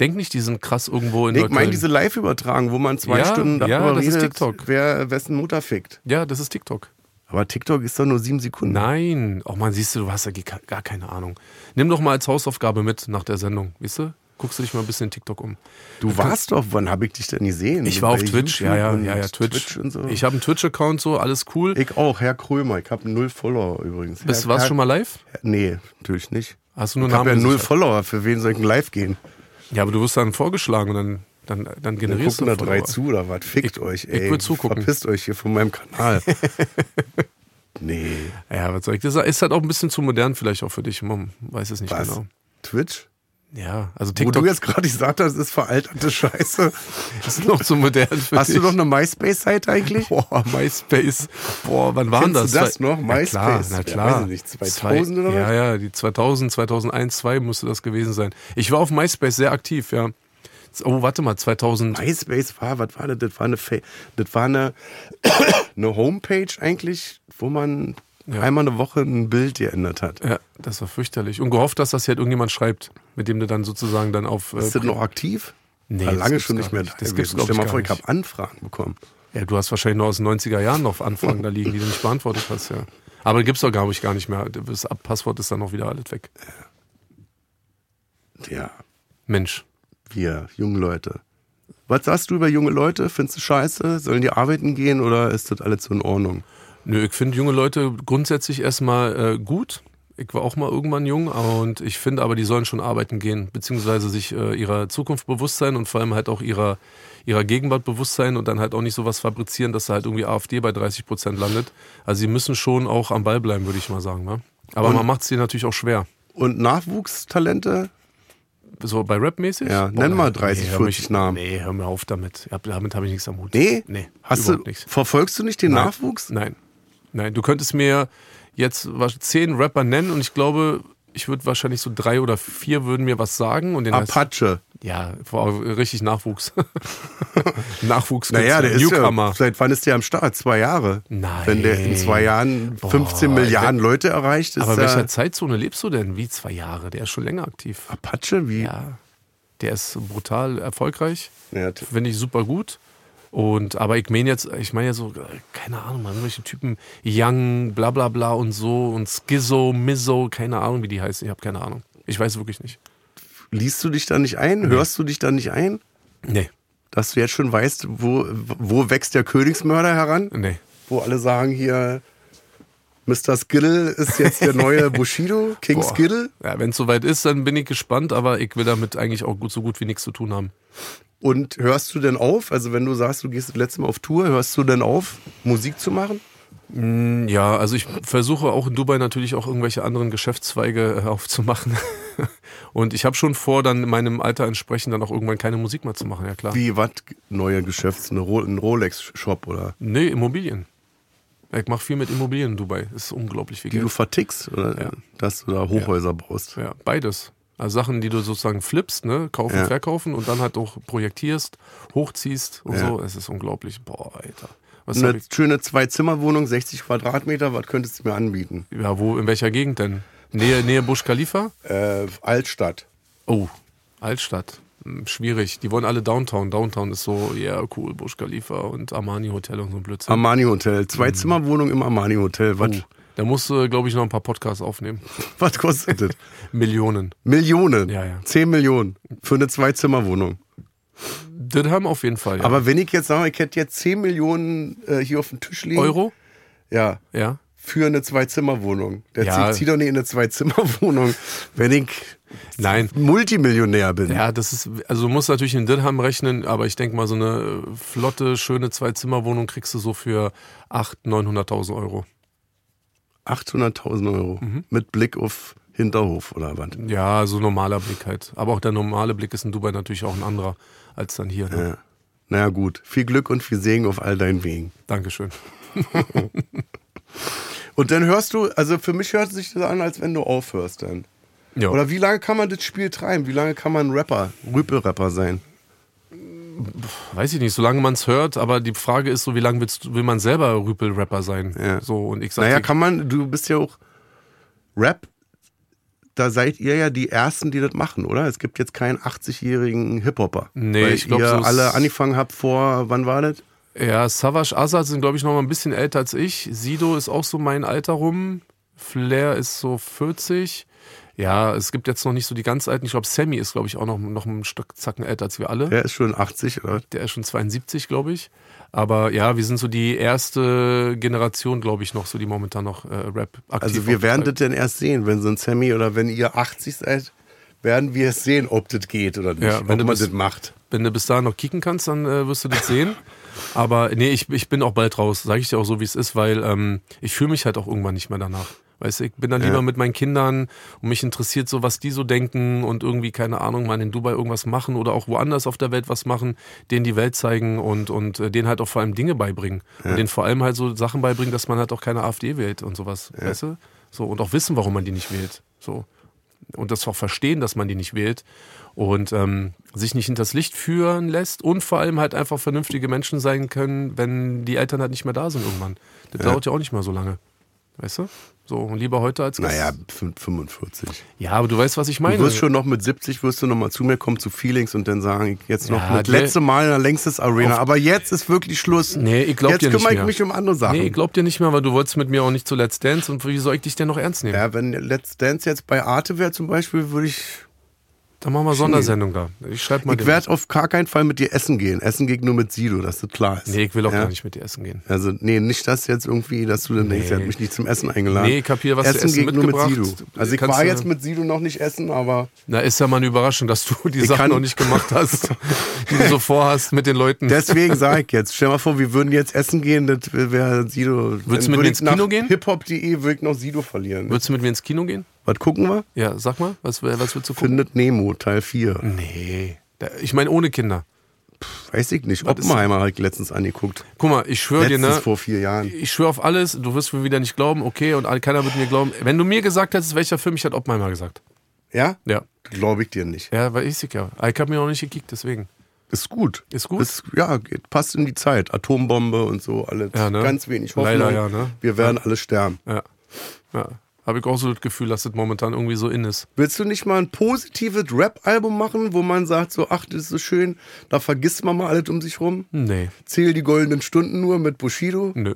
[SPEAKER 3] Denk nicht, die sind krass irgendwo in
[SPEAKER 2] Nee, ich meine
[SPEAKER 3] Neukölln.
[SPEAKER 2] diese Live-Übertragung, wo man zwei
[SPEAKER 3] Ja,
[SPEAKER 2] Stunden
[SPEAKER 3] ja,
[SPEAKER 2] darüber
[SPEAKER 3] das ist
[SPEAKER 2] redet,
[SPEAKER 3] TikTok.
[SPEAKER 2] wer wessen Mutter fickt.
[SPEAKER 3] Ja, das ist TikTok.
[SPEAKER 2] Aber TikTok ist doch nur sieben Sekunden.
[SPEAKER 3] Nein. Auch man siehst du, du hast ja ge- gar keine Ahnung. Nimm doch mal als Hausaufgabe mit nach der Sendung, weißt du? Guckst du dich mal ein bisschen TikTok um.
[SPEAKER 2] Du warst doch, wann habe ich dich denn gesehen?
[SPEAKER 3] Ich war auf
[SPEAKER 2] Bei
[SPEAKER 3] Twitch,
[SPEAKER 2] YouTube
[SPEAKER 3] ja, ja,
[SPEAKER 2] und
[SPEAKER 3] ja, ja, Twitch.
[SPEAKER 2] und so.
[SPEAKER 3] Ich habe einen Twitch-Account, so, alles cool.
[SPEAKER 2] Ich auch, Herr Krömer. Ich habe null Follower übrigens.
[SPEAKER 3] Bist,
[SPEAKER 2] Herr-
[SPEAKER 3] warst
[SPEAKER 2] Herr-
[SPEAKER 3] du schon mal live?
[SPEAKER 2] Nee, natürlich nicht.
[SPEAKER 3] Hast du nur
[SPEAKER 2] Ich habe ja
[SPEAKER 3] Namen
[SPEAKER 2] null
[SPEAKER 3] gesichert?
[SPEAKER 2] Follower. Für wen soll ich denn live gehen?
[SPEAKER 3] Ja, aber du wirst dann vorgeschlagen und dann, dann, dann
[SPEAKER 2] Dann
[SPEAKER 3] generierst
[SPEAKER 2] gucken da
[SPEAKER 3] du
[SPEAKER 2] drei
[SPEAKER 3] Follower.
[SPEAKER 2] zu oder was? Fickt
[SPEAKER 3] Ich-
[SPEAKER 2] euch,
[SPEAKER 3] ich
[SPEAKER 2] ey.
[SPEAKER 3] würd zugucken.
[SPEAKER 2] Verpisst euch hier von meinem
[SPEAKER 3] [laughs]
[SPEAKER 2] Kanal. nee.
[SPEAKER 3] Ja, was soll ich dir sagen? Ist halt auch ein bisschen zu modern vielleicht auch für dich. Man weiß es nicht
[SPEAKER 2] Was?
[SPEAKER 3] genau.
[SPEAKER 2] Twitch?
[SPEAKER 3] Ja, also
[SPEAKER 2] Wo
[SPEAKER 3] TikTok
[SPEAKER 2] du jetzt gerade gesagt hast, ist
[SPEAKER 3] [laughs]
[SPEAKER 2] veralterte Scheiße.
[SPEAKER 3] ist noch zu modern für
[SPEAKER 2] Hast
[SPEAKER 3] dich.
[SPEAKER 2] du noch eine MySpace-Seite eigentlich?
[SPEAKER 3] [laughs] Boah, MySpace. Boah, wann waren
[SPEAKER 2] Kennst
[SPEAKER 3] das?
[SPEAKER 2] du das noch?
[SPEAKER 3] Na klar,
[SPEAKER 2] MySpace?
[SPEAKER 3] na
[SPEAKER 2] Ja,
[SPEAKER 3] klar.
[SPEAKER 2] weiß ich nicht, 2000 oder was?
[SPEAKER 3] Ja, ja, die 2000, 2001, 2 musste das gewesen sein. Ich war auf MySpace sehr aktiv, ja. Oh, warte mal, 2000.
[SPEAKER 2] MySpace war, was war das? Das war eine, Fa das war eine, [coughs] eine Homepage eigentlich, wo man
[SPEAKER 3] Ja.
[SPEAKER 2] einmal eine Woche ein Bild geändert hat.
[SPEAKER 3] Ja, das war fürchterlich. Und gehofft, dass das hier halt irgendjemand schreibt, mit dem du dann sozusagen dann auf.
[SPEAKER 2] Ist
[SPEAKER 3] Äh,
[SPEAKER 2] das noch aktiv?
[SPEAKER 3] Nee,
[SPEAKER 2] war
[SPEAKER 3] das
[SPEAKER 2] lange
[SPEAKER 3] gibt's
[SPEAKER 2] schon nicht
[SPEAKER 3] gar
[SPEAKER 2] mehr
[SPEAKER 3] nicht.
[SPEAKER 2] da.
[SPEAKER 3] Das
[SPEAKER 2] gewesen.
[SPEAKER 3] gibt's, glaub
[SPEAKER 2] Stell
[SPEAKER 3] ich,
[SPEAKER 2] mal
[SPEAKER 3] gar
[SPEAKER 2] vor, ich
[SPEAKER 3] nicht.
[SPEAKER 2] habe Anfragen bekommen.
[SPEAKER 3] ja, du hast wahrscheinlich nur aus den 90er Jahren noch Anfragen da liegen, die du nicht beantwortet hast, ja. Aber gibt's doch, glaube ich, gar nicht mehr. Das Ab- Passwort ist dann auch wieder alles weg.
[SPEAKER 2] Ja,
[SPEAKER 3] Mensch.
[SPEAKER 2] wir jungen Leute. Was sagst du über junge Leute? Findest du scheiße? Sollen die arbeiten gehen oder ist das alles so in Ordnung?
[SPEAKER 3] Nö, ich finde junge Leute grundsätzlich erstmal äh, gut. Ich war auch mal irgendwann jung und ich finde aber, die sollen schon arbeiten gehen, beziehungsweise sich äh, ihrer Zukunft bewusst sein und vor allem halt auch ihrer, ihrer Gegenwart bewusst sein und dann halt auch nicht sowas fabrizieren, dass da halt irgendwie AfD bei 30 Prozent landet. Also sie müssen schon auch am Ball bleiben, würde ich mal sagen. Ne? Aber
[SPEAKER 2] Und-
[SPEAKER 3] man macht es dir natürlich auch schwer.
[SPEAKER 2] Und Nachwuchstalente?
[SPEAKER 3] So bei Rap mäßig?
[SPEAKER 2] Ja, nenn mal
[SPEAKER 3] nein.
[SPEAKER 2] 30,
[SPEAKER 3] hör mich-
[SPEAKER 2] 40 Namen.
[SPEAKER 3] Nee, hör mir auf damit. Ja, damit habe ich nichts am Hut.
[SPEAKER 2] Nee?
[SPEAKER 3] Nee,
[SPEAKER 2] Hast du,
[SPEAKER 3] überhaupt nichts.
[SPEAKER 2] verfolgst du nicht den
[SPEAKER 3] Nein.
[SPEAKER 2] Nachwuchs?
[SPEAKER 3] Nein. Nein, du könntest mir jetzt was- zehn Rapper nennen und ich glaube, ich würde wahrscheinlich so drei oder vier würden mir was sagen und den
[SPEAKER 2] Ah,
[SPEAKER 3] Rest,
[SPEAKER 2] Apache.
[SPEAKER 3] ja, wow,
[SPEAKER 2] [laughs]
[SPEAKER 3] richtig Nachwuchs. Nachwuchs
[SPEAKER 2] Naja, der
[SPEAKER 3] gibt's.
[SPEAKER 2] ist
[SPEAKER 3] Newcomer.
[SPEAKER 2] ja, seit wann ist der am Start? Zwei Jahre.
[SPEAKER 3] Nein.
[SPEAKER 2] Wenn der in zwei Jahren 15
[SPEAKER 3] Boah,
[SPEAKER 2] Milliarden Leute erreicht, ist
[SPEAKER 3] Aber in welcher
[SPEAKER 2] der
[SPEAKER 3] Zeitzone lebst du denn? Wie zwei Jahre? Der ist schon länger
[SPEAKER 2] Ah.
[SPEAKER 3] aktiv.
[SPEAKER 2] Apache wie?
[SPEAKER 3] Ja. Der ist brutal erfolgreich.
[SPEAKER 2] Ja, t-
[SPEAKER 3] Finde ich super gut. Und, aber ich meine jetzt, ich meine ja so, äh, keine Ahnung, man, irgendwelche Typen, Young, bla bla bla und so und Schizo, Mizzo, keine Ahnung, wie die heißen, ich habe keine Ahnung. Ich weiß wirklich nicht.
[SPEAKER 2] Liest du dich da nicht ein? Hörst du dich da nicht ein?
[SPEAKER 3] Nee,
[SPEAKER 2] Dass du jetzt schon weißt, wo, wo wächst der Königsmörder heran?
[SPEAKER 3] nee.
[SPEAKER 2] Wo alle sagen hier, Mr. Skittle ist jetzt der
[SPEAKER 3] [laughs]
[SPEAKER 2] neue Bushido, King
[SPEAKER 3] Boah.
[SPEAKER 2] Skittle.
[SPEAKER 3] Ja, wenn es soweit ist, dann bin ich gespannt, aber ich will damit eigentlich auch gut, so gut wie nichts zu tun haben.
[SPEAKER 2] Und hörst du denn auf? Also wenn du sagst, du gehst das letzte Mal auf Tour, hörst du denn auf, Musik zu machen?
[SPEAKER 3] Ja, also ich versuche auch in Dubai natürlich auch irgendwelche anderen Geschäftszweige äh, aufzumachen. [laughs] Und ich habe schon vor, dann meinem Alter entsprechend dann auch irgendwann keine Musik mehr zu machen, ja klar.
[SPEAKER 2] Wie, was? Neue Geschäfts-, eine Ro- ein Rolex-Shop oder?
[SPEAKER 3] Nee, Immobilien. Ich mache viel mit Immobilien in Dubai. Das ist unglaublich viel
[SPEAKER 2] die du
[SPEAKER 3] Geld.
[SPEAKER 2] vertickst, oder?
[SPEAKER 3] Ja.
[SPEAKER 2] dass du da Hochhäuser baust.
[SPEAKER 3] Ja, beides. Also Sachen, die du sozusagen flippst, ne? kaufen,
[SPEAKER 2] Ja.
[SPEAKER 3] verkaufen und dann halt auch projektierst, hochziehst und
[SPEAKER 2] Ja.
[SPEAKER 3] so. Es ist unglaublich. Boah, Alter. Was hab
[SPEAKER 2] Eine
[SPEAKER 3] ich,
[SPEAKER 2] schöne Zwei-Zimmer-Wohnung, 60 Quadratmeter, was könntest du mir anbieten?
[SPEAKER 3] ja, wo, in welcher Gegend denn? Nähe, Nähe Busch Khalifa?
[SPEAKER 2] Äh, Altstadt.
[SPEAKER 3] Oh, Altstadt. Hm, Schwierig. Die wollen alle Downtown. Downtown ist so, ja, cool, Busch Khalifa und Armani Hotel und so ein Blödsinn.
[SPEAKER 2] Armani Hotel.
[SPEAKER 3] Mhm.
[SPEAKER 2] Zwei Zimmerwohnung im Armani Hotel. Was,
[SPEAKER 3] da musst du, glaube ich, noch ein paar Podcasts aufnehmen.
[SPEAKER 2] [laughs] was kostet das?
[SPEAKER 3] Millionen.
[SPEAKER 2] Millionen.
[SPEAKER 3] Ja, ja.
[SPEAKER 2] Zehn Millionen für eine Zwei-Zimmer-Wohnung.
[SPEAKER 3] Dirham auf jeden Fall. Ja.
[SPEAKER 2] Aber wenn ich jetzt sage, ich hätte jetzt 10 Millionen äh, hier auf dem Tisch liegen.
[SPEAKER 3] Euro?
[SPEAKER 2] Ja.
[SPEAKER 3] Ja.
[SPEAKER 2] Für eine Zwei-Zimmer-Wohnung. Der
[SPEAKER 3] Ja.
[SPEAKER 2] zieht zieht doch nicht in eine Zwei-Zimmer-Wohnung, wenn ich
[SPEAKER 3] Nein.
[SPEAKER 2] Multimillionär bin.
[SPEAKER 3] Ja, das ist, also du musst natürlich in Dirham rechnen, aber ich denke mal, so eine äh, flotte, schöne Zwei-Zimmer-Wohnung kriegst du so für 800.000, 900.000 Euro.
[SPEAKER 2] 800.000 Euro.
[SPEAKER 3] Mhm.
[SPEAKER 2] Mit Blick auf Hinterhof oder was. ne?
[SPEAKER 3] Ja, so normaler Blick halt. Aber auch der normale Blick ist in Dubai natürlich auch ein anderer als dann hier. Ne?
[SPEAKER 2] Ja. Naja, gut. Viel Glück und viel Segen auf all deinen Wegen.
[SPEAKER 3] Dankeschön.
[SPEAKER 2] Und dann hörst du, also für mich hört sich das an, als wenn du aufhörst dann.
[SPEAKER 3] Ja.
[SPEAKER 2] Oder wie lange kann man das Spiel treiben? Wie lange kann man Rapper, Rüpelrapper sein?
[SPEAKER 3] Weiß ich nicht, solange man es hört, aber die Frage ist so, wie lange willst, du- will man selber Rüpel-Rapper sein?
[SPEAKER 2] Ja.
[SPEAKER 3] So, und ich sag
[SPEAKER 2] Naja,
[SPEAKER 3] dir-
[SPEAKER 2] kann man, du bist ja auch Rap, da seid ihr ja die Ersten, die das machen, oder? Es gibt jetzt keinen 80-jährigen Hip-Hopper.
[SPEAKER 3] Nee,
[SPEAKER 2] weil
[SPEAKER 3] ich glaub,
[SPEAKER 2] ihr
[SPEAKER 3] so ist-
[SPEAKER 2] alle angefangen habt vor, wann war das?
[SPEAKER 3] Ja, Savage Azad sind, glaube ich, noch mal ein bisschen älter als ich. Sido ist auch so mein Alter rum. Flair ist so 40. Ja, es gibt jetzt noch nicht so die ganz alten. Ich glaube, Sammy ist, glaube ich, auch noch, noch ein Stück Zacken älter als wir alle.
[SPEAKER 2] Der ist schon 80, oder?
[SPEAKER 3] Der ist schon 72, glaube ich. Aber ja, wir sind so die erste Generation, glaube ich, noch, so die momentan noch äh, Rap aktiv
[SPEAKER 2] Also wir werden das
[SPEAKER 3] auftreibt.
[SPEAKER 2] denn erst sehen, wenn so ein Sammy oder wenn ihr 80 seid, werden wir es sehen, ob das geht oder nicht,
[SPEAKER 3] Ja,
[SPEAKER 2] ob
[SPEAKER 3] wenn du
[SPEAKER 2] man
[SPEAKER 3] bist-
[SPEAKER 2] das macht.
[SPEAKER 3] Wenn du bis dahin noch kicken kannst, dann äh, wirst du das sehen. Aber nee, ich, ich bin auch bald raus, sage ich dir auch so, wie es ist, weil ähm, ich fühle mich halt auch irgendwann nicht mehr danach. Weißt du, ich bin dann lieber mit meinen Kindern und mich interessiert so, was die so denken und irgendwie, keine Ahnung, mal in Dubai irgendwas machen oder auch woanders auf der Welt was machen, denen die Welt zeigen und, und äh, denen halt auch vor allem Dinge beibringen. Und denen vor allem halt so Sachen beibringen, dass man halt auch keine AfD wählt und sowas. Weißt du? So, und auch wissen, warum man die nicht wählt. So und das auch verstehen, dass man die nicht wählt und ähm, sich nicht hinters Licht führen lässt und vor allem halt einfach vernünftige Menschen sein können, wenn die Eltern halt nicht mehr da sind irgendwann. Das dauert ja auch nicht mal so lange. Weißt du? So, und lieber heute als gestern.
[SPEAKER 2] Naja, 45.
[SPEAKER 3] Ja, aber du weißt, was ich meine.
[SPEAKER 2] Du wirst schon noch mit 70, wirst du noch mal zu mir kommen zu Feelings und dann sagen, jetzt noch
[SPEAKER 3] Ja,
[SPEAKER 2] das
[SPEAKER 3] die-
[SPEAKER 2] letzte Mal in der längstes Arena. Aber jetzt ist wirklich Schluss.
[SPEAKER 3] Nee, ich glaub
[SPEAKER 2] jetzt
[SPEAKER 3] dir nicht
[SPEAKER 2] kümmere ich
[SPEAKER 3] mehr.
[SPEAKER 2] mich um andere Sachen.
[SPEAKER 3] nee, ich glaub dir nicht mehr, weil du wolltest mit mir auch nicht zu Let's Dance und wie soll ich dich denn noch ernst nehmen?
[SPEAKER 2] ja, wenn Let's Dance jetzt bei Arte wäre zum Beispiel, würde ich.
[SPEAKER 3] Dann machen wir Sondersendung da. Ich schreib mal
[SPEAKER 2] Ich
[SPEAKER 3] den-
[SPEAKER 2] werde auf gar keinen Fall mit dir essen gehen. Essen geht nur mit Sido, dass das klar ist.
[SPEAKER 3] Nee, ich will auch
[SPEAKER 2] Ja?
[SPEAKER 3] gar nicht mit dir essen gehen.
[SPEAKER 2] Also, nee, nicht das jetzt irgendwie, dass du dann denkst, er hat mich nicht zum Essen eingeladen.
[SPEAKER 3] Nee, ich hab hier was zu
[SPEAKER 2] essen
[SPEAKER 3] essen
[SPEAKER 2] geht nur mit Sido.
[SPEAKER 3] mitgebracht.
[SPEAKER 2] Also, ich
[SPEAKER 3] Kannst
[SPEAKER 2] war
[SPEAKER 3] du-
[SPEAKER 2] jetzt mit Sido noch nicht essen, aber
[SPEAKER 3] Na, ist ja mal eine Überraschung, dass du die
[SPEAKER 2] Ich
[SPEAKER 3] Sachen
[SPEAKER 2] kann-
[SPEAKER 3] noch nicht gemacht hast, die du so vorhast mit den Leuten.
[SPEAKER 2] deswegen sage ich jetzt, stell mal vor, wir würden jetzt essen gehen, das wäre Sido.
[SPEAKER 3] Würdest du mit
[SPEAKER 2] Dann
[SPEAKER 3] mir
[SPEAKER 2] würde
[SPEAKER 3] ins
[SPEAKER 2] ich nach
[SPEAKER 3] Kino gehen?
[SPEAKER 2] hiphop.de würde ich noch Sido verlieren.
[SPEAKER 3] Würdest du mit mir ins Kino gehen?
[SPEAKER 2] Was gucken wir?
[SPEAKER 3] Ja, sag mal, was, äh, was willst du gucken?
[SPEAKER 2] Findet Nemo, Teil 4.
[SPEAKER 3] Nee. Da- Ich meine, ohne Kinder.
[SPEAKER 2] Weiß ich nicht.
[SPEAKER 3] Was ist-
[SPEAKER 2] Oppenheimer habe ich letztens angeguckt.
[SPEAKER 3] Guck mal, ich schwöre dir,
[SPEAKER 2] Letztens
[SPEAKER 3] ne?
[SPEAKER 2] vor vier Jahren.
[SPEAKER 3] Ich schwöre auf alles, du wirst mir wieder nicht glauben, okay, und all- keiner wird mir glauben. Wenn du mir gesagt hättest, welcher Film, ich hätte Oppenheimer gesagt.
[SPEAKER 2] Ja?
[SPEAKER 3] Ja.
[SPEAKER 2] Glaube ich dir nicht.
[SPEAKER 3] Ja, weil ich sicher. Ich habe mir noch nicht gekickt, deswegen.
[SPEAKER 2] Ist gut.
[SPEAKER 3] Ist gut?
[SPEAKER 2] ja, geht, passt in die Zeit. Atombombe und so, alles.
[SPEAKER 3] Ja, ne?
[SPEAKER 2] Ganz wenig Hoffnung.
[SPEAKER 3] Leider, ja, ne?
[SPEAKER 2] Wir werden alle sterben.
[SPEAKER 3] Ja. ja. Habe ich auch so das Gefühl, dass das momentan irgendwie so in ist.
[SPEAKER 2] Willst du nicht mal ein positives Rap-Album machen, wo man sagt, so, ach, das ist so schön, da vergisst man mal alles um sich rum?
[SPEAKER 3] Nee.
[SPEAKER 2] Zähl die goldenen Stunden nur mit Bushido,
[SPEAKER 3] Nö.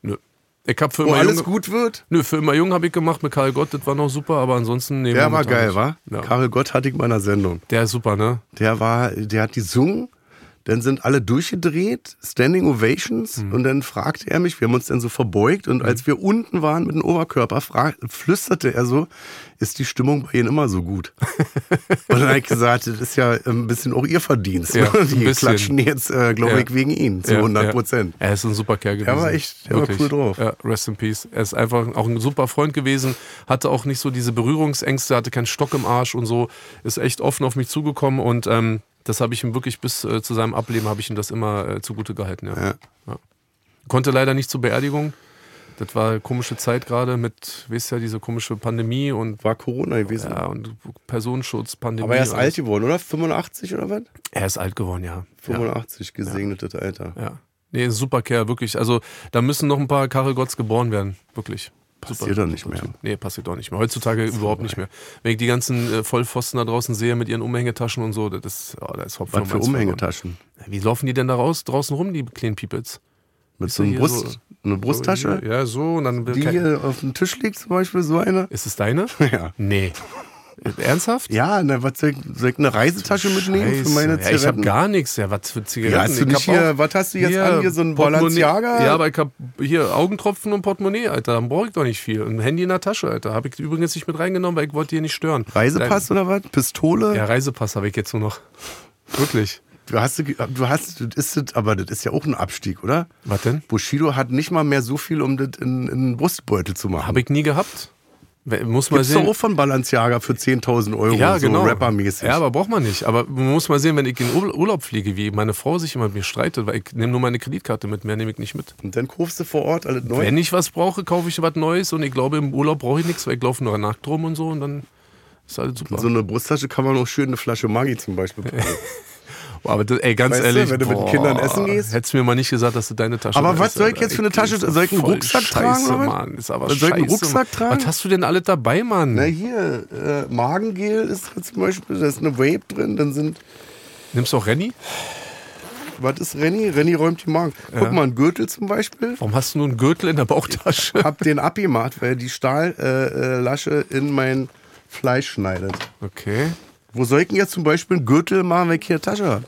[SPEAKER 3] Nö. Ich habe für
[SPEAKER 2] wo
[SPEAKER 3] Mhm. immer
[SPEAKER 2] Oh, alles
[SPEAKER 3] Jung-
[SPEAKER 2] gut wird?
[SPEAKER 3] Nö, für immer jung habe ich gemacht mit Karl Gott, das war noch super, aber ansonsten nee,
[SPEAKER 2] Der war
[SPEAKER 3] momentan
[SPEAKER 2] geil,
[SPEAKER 3] nicht.
[SPEAKER 2] wa?
[SPEAKER 3] Ja.
[SPEAKER 2] Karel Gott hatte ich mal in der Sendung.
[SPEAKER 3] Der ist super, ne?
[SPEAKER 2] der war, der hat die gesungen, dann sind alle durchgedreht, Standing Ovations,
[SPEAKER 3] Mhm.
[SPEAKER 2] und dann fragte er mich, wir haben uns dann so verbeugt, und als wir unten waren mit dem Oberkörper, fra- flüsterte er so, ist die Stimmung bei Ihnen immer so
[SPEAKER 3] [laughs]
[SPEAKER 2] gut? und dann habe ich gesagt, das ist ja ein bisschen auch Ihr Verdienst.
[SPEAKER 3] Ja,
[SPEAKER 2] ne? [laughs]
[SPEAKER 3] ein
[SPEAKER 2] Die
[SPEAKER 3] bisschen.
[SPEAKER 2] klatschen jetzt, äh, glaube
[SPEAKER 3] Ja.
[SPEAKER 2] ich, wegen Ihnen zu
[SPEAKER 3] Ja,
[SPEAKER 2] 100 Prozent.
[SPEAKER 3] Ja. Er ist ein super Kerl gewesen.
[SPEAKER 2] war echt- der war
[SPEAKER 3] Wirklich.
[SPEAKER 2] cool drauf.
[SPEAKER 3] Ja, rest in peace. Er ist einfach auch ein super Freund gewesen, hatte auch nicht so diese Berührungsängste, hatte keinen Stock im Arsch und so, ist echt offen auf mich zugekommen und ähm, das habe ich ihm wirklich bis äh, zu seinem Ableben habe ich ihm das immer äh, zugute gehalten. Ja.
[SPEAKER 2] Ja.
[SPEAKER 3] Ja. Konnte leider nicht zur Beerdigung. Das war eine komische Zeit gerade mit, weißt ja, diese komische Pandemie und
[SPEAKER 2] War Corona gewesen.
[SPEAKER 3] ja, und Personenschutz, Pandemie.
[SPEAKER 2] Aber er ist
[SPEAKER 3] und-
[SPEAKER 2] alt geworden, oder? 85 oder was?
[SPEAKER 3] Er ist alt geworden, ja. Ja.
[SPEAKER 2] 85, gesegnetes Alter.
[SPEAKER 3] ja. Nee, super Kerl, wirklich. Also da müssen noch ein paar Karel Gotts geboren werden, wirklich.
[SPEAKER 2] Passiert doch nicht mehr.
[SPEAKER 3] Nee, passiert doch nicht mehr. Heutzutage überhaupt nicht mehr. Wenn ich die ganzen äh, Vollpfosten da draußen sehe mit ihren Umhängetaschen und so, das ist, oh, da ist Hopfen
[SPEAKER 2] Was
[SPEAKER 3] und
[SPEAKER 2] für
[SPEAKER 3] Malz verloren.
[SPEAKER 2] Umhängetaschen?
[SPEAKER 3] Wie laufen die denn da raus, draußen rum, die kleinen Peoples?
[SPEAKER 2] Mit
[SPEAKER 3] Ist
[SPEAKER 2] so
[SPEAKER 3] ja
[SPEAKER 2] einer
[SPEAKER 3] hier
[SPEAKER 2] Brust,
[SPEAKER 3] so-
[SPEAKER 2] eine
[SPEAKER 3] So
[SPEAKER 2] Brusttasche,
[SPEAKER 3] hier, Ja, so, und dann.
[SPEAKER 2] die äh, hier auf dem Tisch liegt zum Beispiel, so eine?
[SPEAKER 3] ist es deine?
[SPEAKER 2] Ja. [laughs]
[SPEAKER 3] Nee. Ernsthaft?
[SPEAKER 2] Ja, na, was soll ich, soll ich eine Reisetasche mitnehmen für meine
[SPEAKER 3] ja, ich habe
[SPEAKER 2] Zigaretten?
[SPEAKER 3] gar nichts. Ja, was für Zigaretten?
[SPEAKER 2] Ja, hast du
[SPEAKER 3] Ich
[SPEAKER 2] nicht
[SPEAKER 3] hab
[SPEAKER 2] hier-
[SPEAKER 3] auch-
[SPEAKER 2] was hast du jetzt an hier, so ein
[SPEAKER 3] Portemonnaie-
[SPEAKER 2] Balenciaga?
[SPEAKER 3] Ja, aber ich habe hier Augentropfen und Portemonnaie, Alter. Dann brauche ich doch nicht viel. Ein Handy in der Tasche, Alter. Habe ich übrigens nicht mit reingenommen, weil ich wollte hier nicht stören.
[SPEAKER 2] Reisepass oder was? Pistole?
[SPEAKER 3] Dein, ja, Reisepass habe ich jetzt nur noch. Wirklich.
[SPEAKER 2] Du hast, du- du hast, das ist das, aber das ist ja auch ein Abstieg, oder?
[SPEAKER 3] Was denn?
[SPEAKER 2] Bushido hat nicht mal mehr so viel, um das in, in den Brustbeutel zu machen.
[SPEAKER 3] Habe ich nie gehabt. We- Muss mal
[SPEAKER 2] Gibt's doch
[SPEAKER 3] sehen. genau.
[SPEAKER 2] auch von Balenciaga für 10.000 Euro, so rappermäßig.
[SPEAKER 3] Ja, aber braucht man nicht. Aber man muss mal sehen, wenn ich in Ur- Urlaub fliege, wie meine Frau sich immer mit mir streitet, weil ich nehme nur meine Kreditkarte mit, mehr nehme ich nicht mit.
[SPEAKER 2] Und dann kaufst du vor Ort alles neu.
[SPEAKER 3] Wenn ich was brauche, kaufe ich was Neues und ich glaube, im Urlaub brauche ich nichts, weil ich laufe nur nackt rum und so und dann ist alles super.
[SPEAKER 2] so eine Brusttasche kann man auch schön eine Flasche Maggi zum Beispiel kaufen.
[SPEAKER 3] [laughs] Boah, aber das, ey, ganz
[SPEAKER 2] Weißt du,
[SPEAKER 3] ehrlich,
[SPEAKER 2] wenn du mit den Kindern essen gehst?
[SPEAKER 3] hättest du mir mal nicht gesagt, dass du deine Tasche
[SPEAKER 2] Aber
[SPEAKER 3] da
[SPEAKER 2] was
[SPEAKER 3] ist,
[SPEAKER 2] soll ich
[SPEAKER 3] Alter.
[SPEAKER 2] jetzt für eine Tasche-
[SPEAKER 3] bin
[SPEAKER 2] soll ich einen
[SPEAKER 3] voll
[SPEAKER 2] Rucksack
[SPEAKER 3] scheiße,
[SPEAKER 2] tragen, oder was?
[SPEAKER 3] Mann, ist aber
[SPEAKER 2] Soll ich einen
[SPEAKER 3] scheiße,
[SPEAKER 2] Rucksack
[SPEAKER 3] Mann.
[SPEAKER 2] tragen?
[SPEAKER 3] Was hast du denn alles dabei, Mann?
[SPEAKER 2] Na hier, äh, Magengel ist da zum Beispiel, da ist eine Vape drin, dann sind,
[SPEAKER 3] Nimmst du auch Renny?
[SPEAKER 2] was ist Renny? Renny räumt die Magen. Guck mal, ein Gürtel zum Beispiel.
[SPEAKER 3] Warum hast du nur einen Gürtel in der
[SPEAKER 2] [laughs]
[SPEAKER 3] Bauchtasche?
[SPEAKER 2] Hab den abgemacht, weil die Stahllasche äh, Lasche in mein Fleisch schneidet.
[SPEAKER 3] Okay.
[SPEAKER 2] Wo soll ich denn jetzt zum Beispiel einen Gürtel machen, wenn ich hier Tasche habe?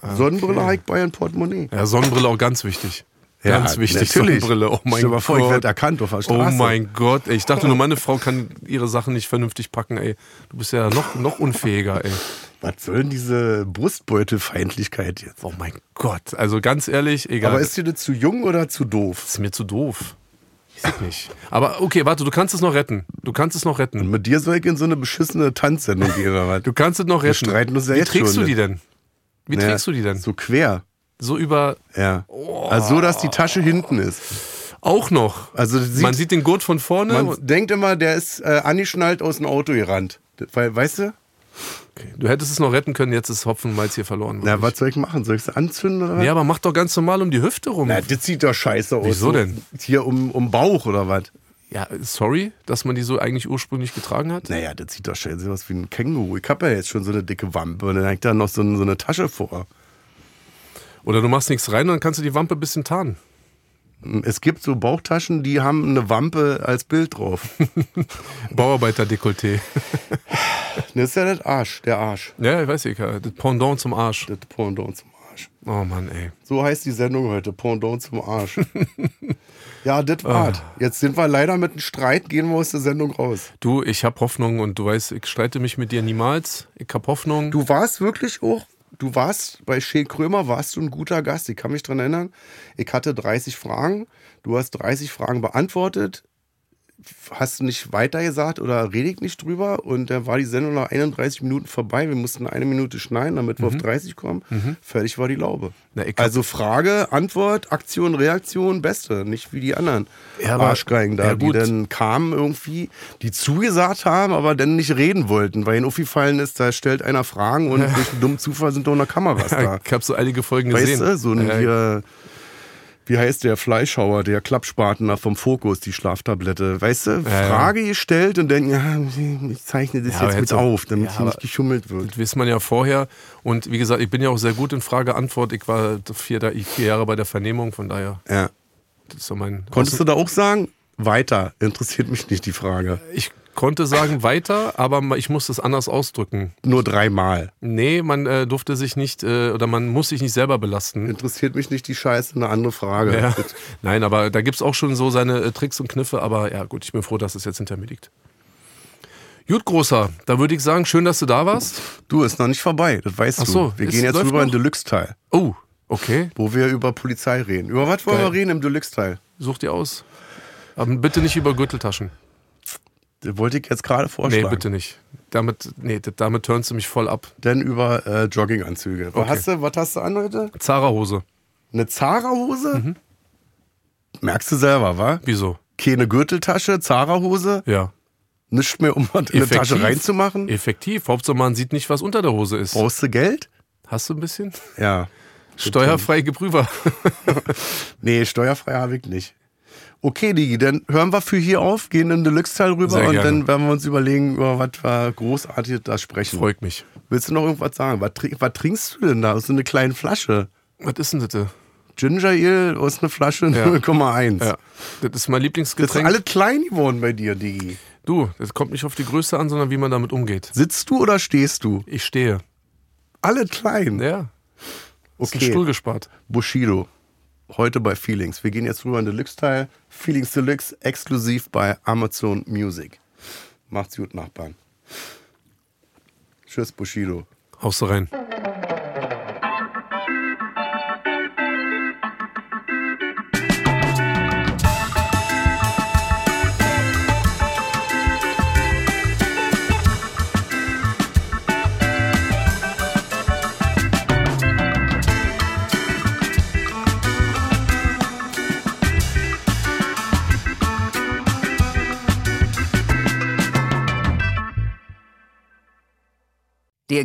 [SPEAKER 3] Ah,
[SPEAKER 2] Sonnenbrille habe ich bei einem Portemonnaie.
[SPEAKER 3] Ja, Sonnenbrille auch ganz wichtig.
[SPEAKER 2] Ja,
[SPEAKER 3] ganz wichtig,
[SPEAKER 2] natürlich.
[SPEAKER 3] Sonnenbrille. Oh mein
[SPEAKER 2] Stell dir mal
[SPEAKER 3] Gott.
[SPEAKER 2] vor, ich werd erkannt auf der
[SPEAKER 3] Oh
[SPEAKER 2] Straße.
[SPEAKER 3] mein Gott. Ey, ich dachte nur, meine Frau kann ihre Sachen nicht vernünftig packen, ey. Du bist ja noch, noch unfähiger, ey.
[SPEAKER 2] Was soll denn diese Brustbeutelfeindlichkeit jetzt?
[SPEAKER 3] Oh mein Gott. Also ganz ehrlich, egal.
[SPEAKER 2] Aber ist dir das zu jung oder zu doof?
[SPEAKER 3] ist mir zu doof. Weiß Ich nicht. Aber okay, warte, du kannst es noch retten. Du kannst es noch retten.
[SPEAKER 2] Mit dir soll ich in so eine beschissene Tanzsendung gehen oder was?
[SPEAKER 3] Du kannst es noch retten.
[SPEAKER 2] streiten uns ja
[SPEAKER 3] Wie
[SPEAKER 2] jetzt
[SPEAKER 3] trägst
[SPEAKER 2] schon
[SPEAKER 3] du die denn? Wie
[SPEAKER 2] Naja,
[SPEAKER 3] trägst du die denn?
[SPEAKER 2] So quer.
[SPEAKER 3] So über.
[SPEAKER 2] Ja. Also so, dass die Tasche hinten ist.
[SPEAKER 3] Auch noch.
[SPEAKER 2] Also das sieht-
[SPEAKER 3] man sieht den Gurt von vorne.
[SPEAKER 2] Man
[SPEAKER 3] und,
[SPEAKER 2] denkt immer, der ist äh, angeschnallt aus dem Auto gerannt. Das- Weil, weißt du?
[SPEAKER 3] du hättest es noch retten können, jetzt ist Hopfenmalz hier verloren.
[SPEAKER 2] Na,
[SPEAKER 3] wirklich.
[SPEAKER 2] was soll ich machen? Soll ich es anzünden oder was?
[SPEAKER 3] Ja, aber mach doch ganz normal um die Hüfte rum.
[SPEAKER 2] Na, das sieht doch scheiße aus.
[SPEAKER 3] Wieso
[SPEAKER 2] So
[SPEAKER 3] denn?
[SPEAKER 2] Hier um, um Bauch oder was?
[SPEAKER 3] Ja, sorry, dass man die so eigentlich ursprünglich getragen hat.
[SPEAKER 2] Naja, das sieht doch scheiße aus wie ein Känguru. Ich habe ja jetzt schon so eine dicke Wampe und dann hängt da noch so, ein- so eine Tasche vor.
[SPEAKER 3] Oder du machst nichts rein und dann kannst du die Wampe ein bisschen tarnen.
[SPEAKER 2] Es gibt so Bauchtaschen, die haben eine Wampe als Bild
[SPEAKER 3] [laughs]
[SPEAKER 2] drauf.
[SPEAKER 3] Bauarbeiter-Dekolleté. [laughs]
[SPEAKER 2] das ist ja das Arsch, der Arsch.
[SPEAKER 3] Ja, ich weiß nicht, äh, das Pendant zum Arsch.
[SPEAKER 2] Das Pendant zum Arsch.
[SPEAKER 3] Oh Mann, ey.
[SPEAKER 2] So heißt die Sendung heute, Pendant zum
[SPEAKER 3] [laughs]
[SPEAKER 2] Arsch. ja, das
[SPEAKER 3] Ah.
[SPEAKER 2] war's. Jetzt sind wir leider mit einem Streit, gehen wir aus der Sendung raus.
[SPEAKER 3] Du, ich hab Hoffnung und du weißt, ich streite mich mit dir niemals. Ich hab Hoffnung.
[SPEAKER 2] Du warst wirklich auch, du warst bei Shea Krömer, warst du ein guter Gast. Ich kann mich dran erinnern. Ich hatte 30 Fragen. Du hast 30 Fragen beantwortet. Hast nicht weitergesagt oder redet nicht drüber. Und dann war die Sendung nach 31 Minuten vorbei. Wir mussten eine Minute schneiden, damit wir auf 30 kommen. Fertig war die Laube.
[SPEAKER 3] Mhm. Na, ich hab-
[SPEAKER 2] also Frage, Antwort, Aktion, Reaktion, Beste. Nicht wie die anderen
[SPEAKER 3] Ja, aber-
[SPEAKER 2] Arschgeigen da,
[SPEAKER 3] ja,
[SPEAKER 2] die
[SPEAKER 3] gut.
[SPEAKER 2] dann kamen irgendwie, die zugesagt haben, aber dann nicht reden wollten, weil ihnen aufgefallen ist, da stellt einer Fragen und durch einen dummen Zufall sind doch noch Kameras da.
[SPEAKER 3] [laughs] ich hab so einige Folgen
[SPEAKER 2] Weißt
[SPEAKER 3] gesehen. Äh,
[SPEAKER 2] du, so ein
[SPEAKER 3] Ja,
[SPEAKER 2] hier, wie heißt der Fleischhauer, der Klappspatener vom Fokus, die Schlaftablette, weißt du,
[SPEAKER 3] ja.
[SPEAKER 2] Frage gestellt und denken, ja, ich zeichne das
[SPEAKER 3] Ja, aber
[SPEAKER 2] jetzt mit
[SPEAKER 3] hättest du-
[SPEAKER 2] auf, damit
[SPEAKER 3] Ja,
[SPEAKER 2] hier nicht
[SPEAKER 3] aber-
[SPEAKER 2] geschummelt wird.
[SPEAKER 3] Das weiß man ja vorher. Und wie gesagt, ich bin ja auch sehr gut in Frage-Antwort. Ich war vier, da- vier Jahre bei der Vernehmung, von daher,
[SPEAKER 2] Ja.
[SPEAKER 3] das ist so mein.
[SPEAKER 2] Konntest du da auch sagen, weiter, interessiert mich nicht die Frage.
[SPEAKER 3] Ich konnte sagen weiter, aber ich musste es anders ausdrücken.
[SPEAKER 2] Nur dreimal.
[SPEAKER 3] Nee, man äh, durfte sich nicht äh, oder man muss sich nicht selber belasten.
[SPEAKER 2] Interessiert mich nicht die Scheiße, eine andere Frage.
[SPEAKER 3] Ja. [laughs] Nein, aber da gibt's auch schon so seine äh, Tricks und Kniffe, aber ja gut, ich bin froh, dass es jetzt hinter mir liegt. Gut, Großer, da würde ich sagen, schön, dass du da warst.
[SPEAKER 2] Du, ist noch nicht vorbei, das weißt
[SPEAKER 3] Ach
[SPEAKER 2] du.
[SPEAKER 3] so,
[SPEAKER 2] wir
[SPEAKER 3] ist-
[SPEAKER 2] gehen jetzt
[SPEAKER 3] läuft
[SPEAKER 2] rüber in
[SPEAKER 3] noch?
[SPEAKER 2] den Deluxe-Teil,
[SPEAKER 3] Oh, okay,
[SPEAKER 2] wo wir über Polizei reden. Über was wollen wir
[SPEAKER 3] Geil.
[SPEAKER 2] reden im Deluxe-Teil?
[SPEAKER 3] such dir aus. Aber bitte nicht über Gürteltaschen.
[SPEAKER 2] Das wollte ich jetzt gerade
[SPEAKER 3] Nee,
[SPEAKER 2] vorschlagen.
[SPEAKER 3] bitte nicht. Damit, nee, d- damit turnst du mich voll ab.
[SPEAKER 2] Denn über äh, Jogginganzüge. Was, hast du, was hast du an heute?
[SPEAKER 3] Zara-Hose.
[SPEAKER 2] Eine Zara-Hose?
[SPEAKER 3] Mhm.
[SPEAKER 2] Merkst du selber, wa?
[SPEAKER 3] Wieso?
[SPEAKER 2] Keine Gürteltasche, Zara-Hose,
[SPEAKER 3] Ja.
[SPEAKER 2] nichts mehr, um was in eine Tasche reinzumachen.
[SPEAKER 3] Effektiv. Hauptsache, man sieht nicht, was unter der Hose ist.
[SPEAKER 2] Brauchst du Geld?
[SPEAKER 3] Hast du ein bisschen?
[SPEAKER 2] Ja.
[SPEAKER 3] Steuerfrei Geprüfer.
[SPEAKER 2] Hm. Nee, steuerfrei habe ich nicht. Okay, Digi, dann hören wir für hier auf, gehen in Deluxe-Teil rüber
[SPEAKER 3] Sehr
[SPEAKER 2] und
[SPEAKER 3] gerne.
[SPEAKER 2] dann werden wir uns überlegen, über was wir großartig da sprechen.
[SPEAKER 3] Freut mich.
[SPEAKER 2] Willst du noch irgendwas sagen? Was, trink, was trinkst du denn da aus so einer kleinen Flasche?
[SPEAKER 3] Was ist denn das? da?
[SPEAKER 2] Ginger Ale aus einer Flasche 0,1.
[SPEAKER 3] Ja. Das ist mein
[SPEAKER 2] Das sind
[SPEAKER 3] Lieblingsgetränk.
[SPEAKER 2] alle klein geworden bei dir, Digi.
[SPEAKER 3] du, das kommt nicht auf die Größe an, sondern wie man damit umgeht.
[SPEAKER 2] Sitzt du oder stehst du?
[SPEAKER 3] Ich stehe.
[SPEAKER 2] Alle klein.
[SPEAKER 3] Ja. Ist ein
[SPEAKER 2] Okay.
[SPEAKER 3] Stuhl gespart.
[SPEAKER 2] Bushido. Heute bei Feelings. Wir gehen jetzt rüber in den Deluxe-Teil. Feelings Deluxe exklusiv bei Amazon Music. Macht's gut, Nachbarn. Tschüss, Bushido.
[SPEAKER 3] Haust du rein.
[SPEAKER 1] Dir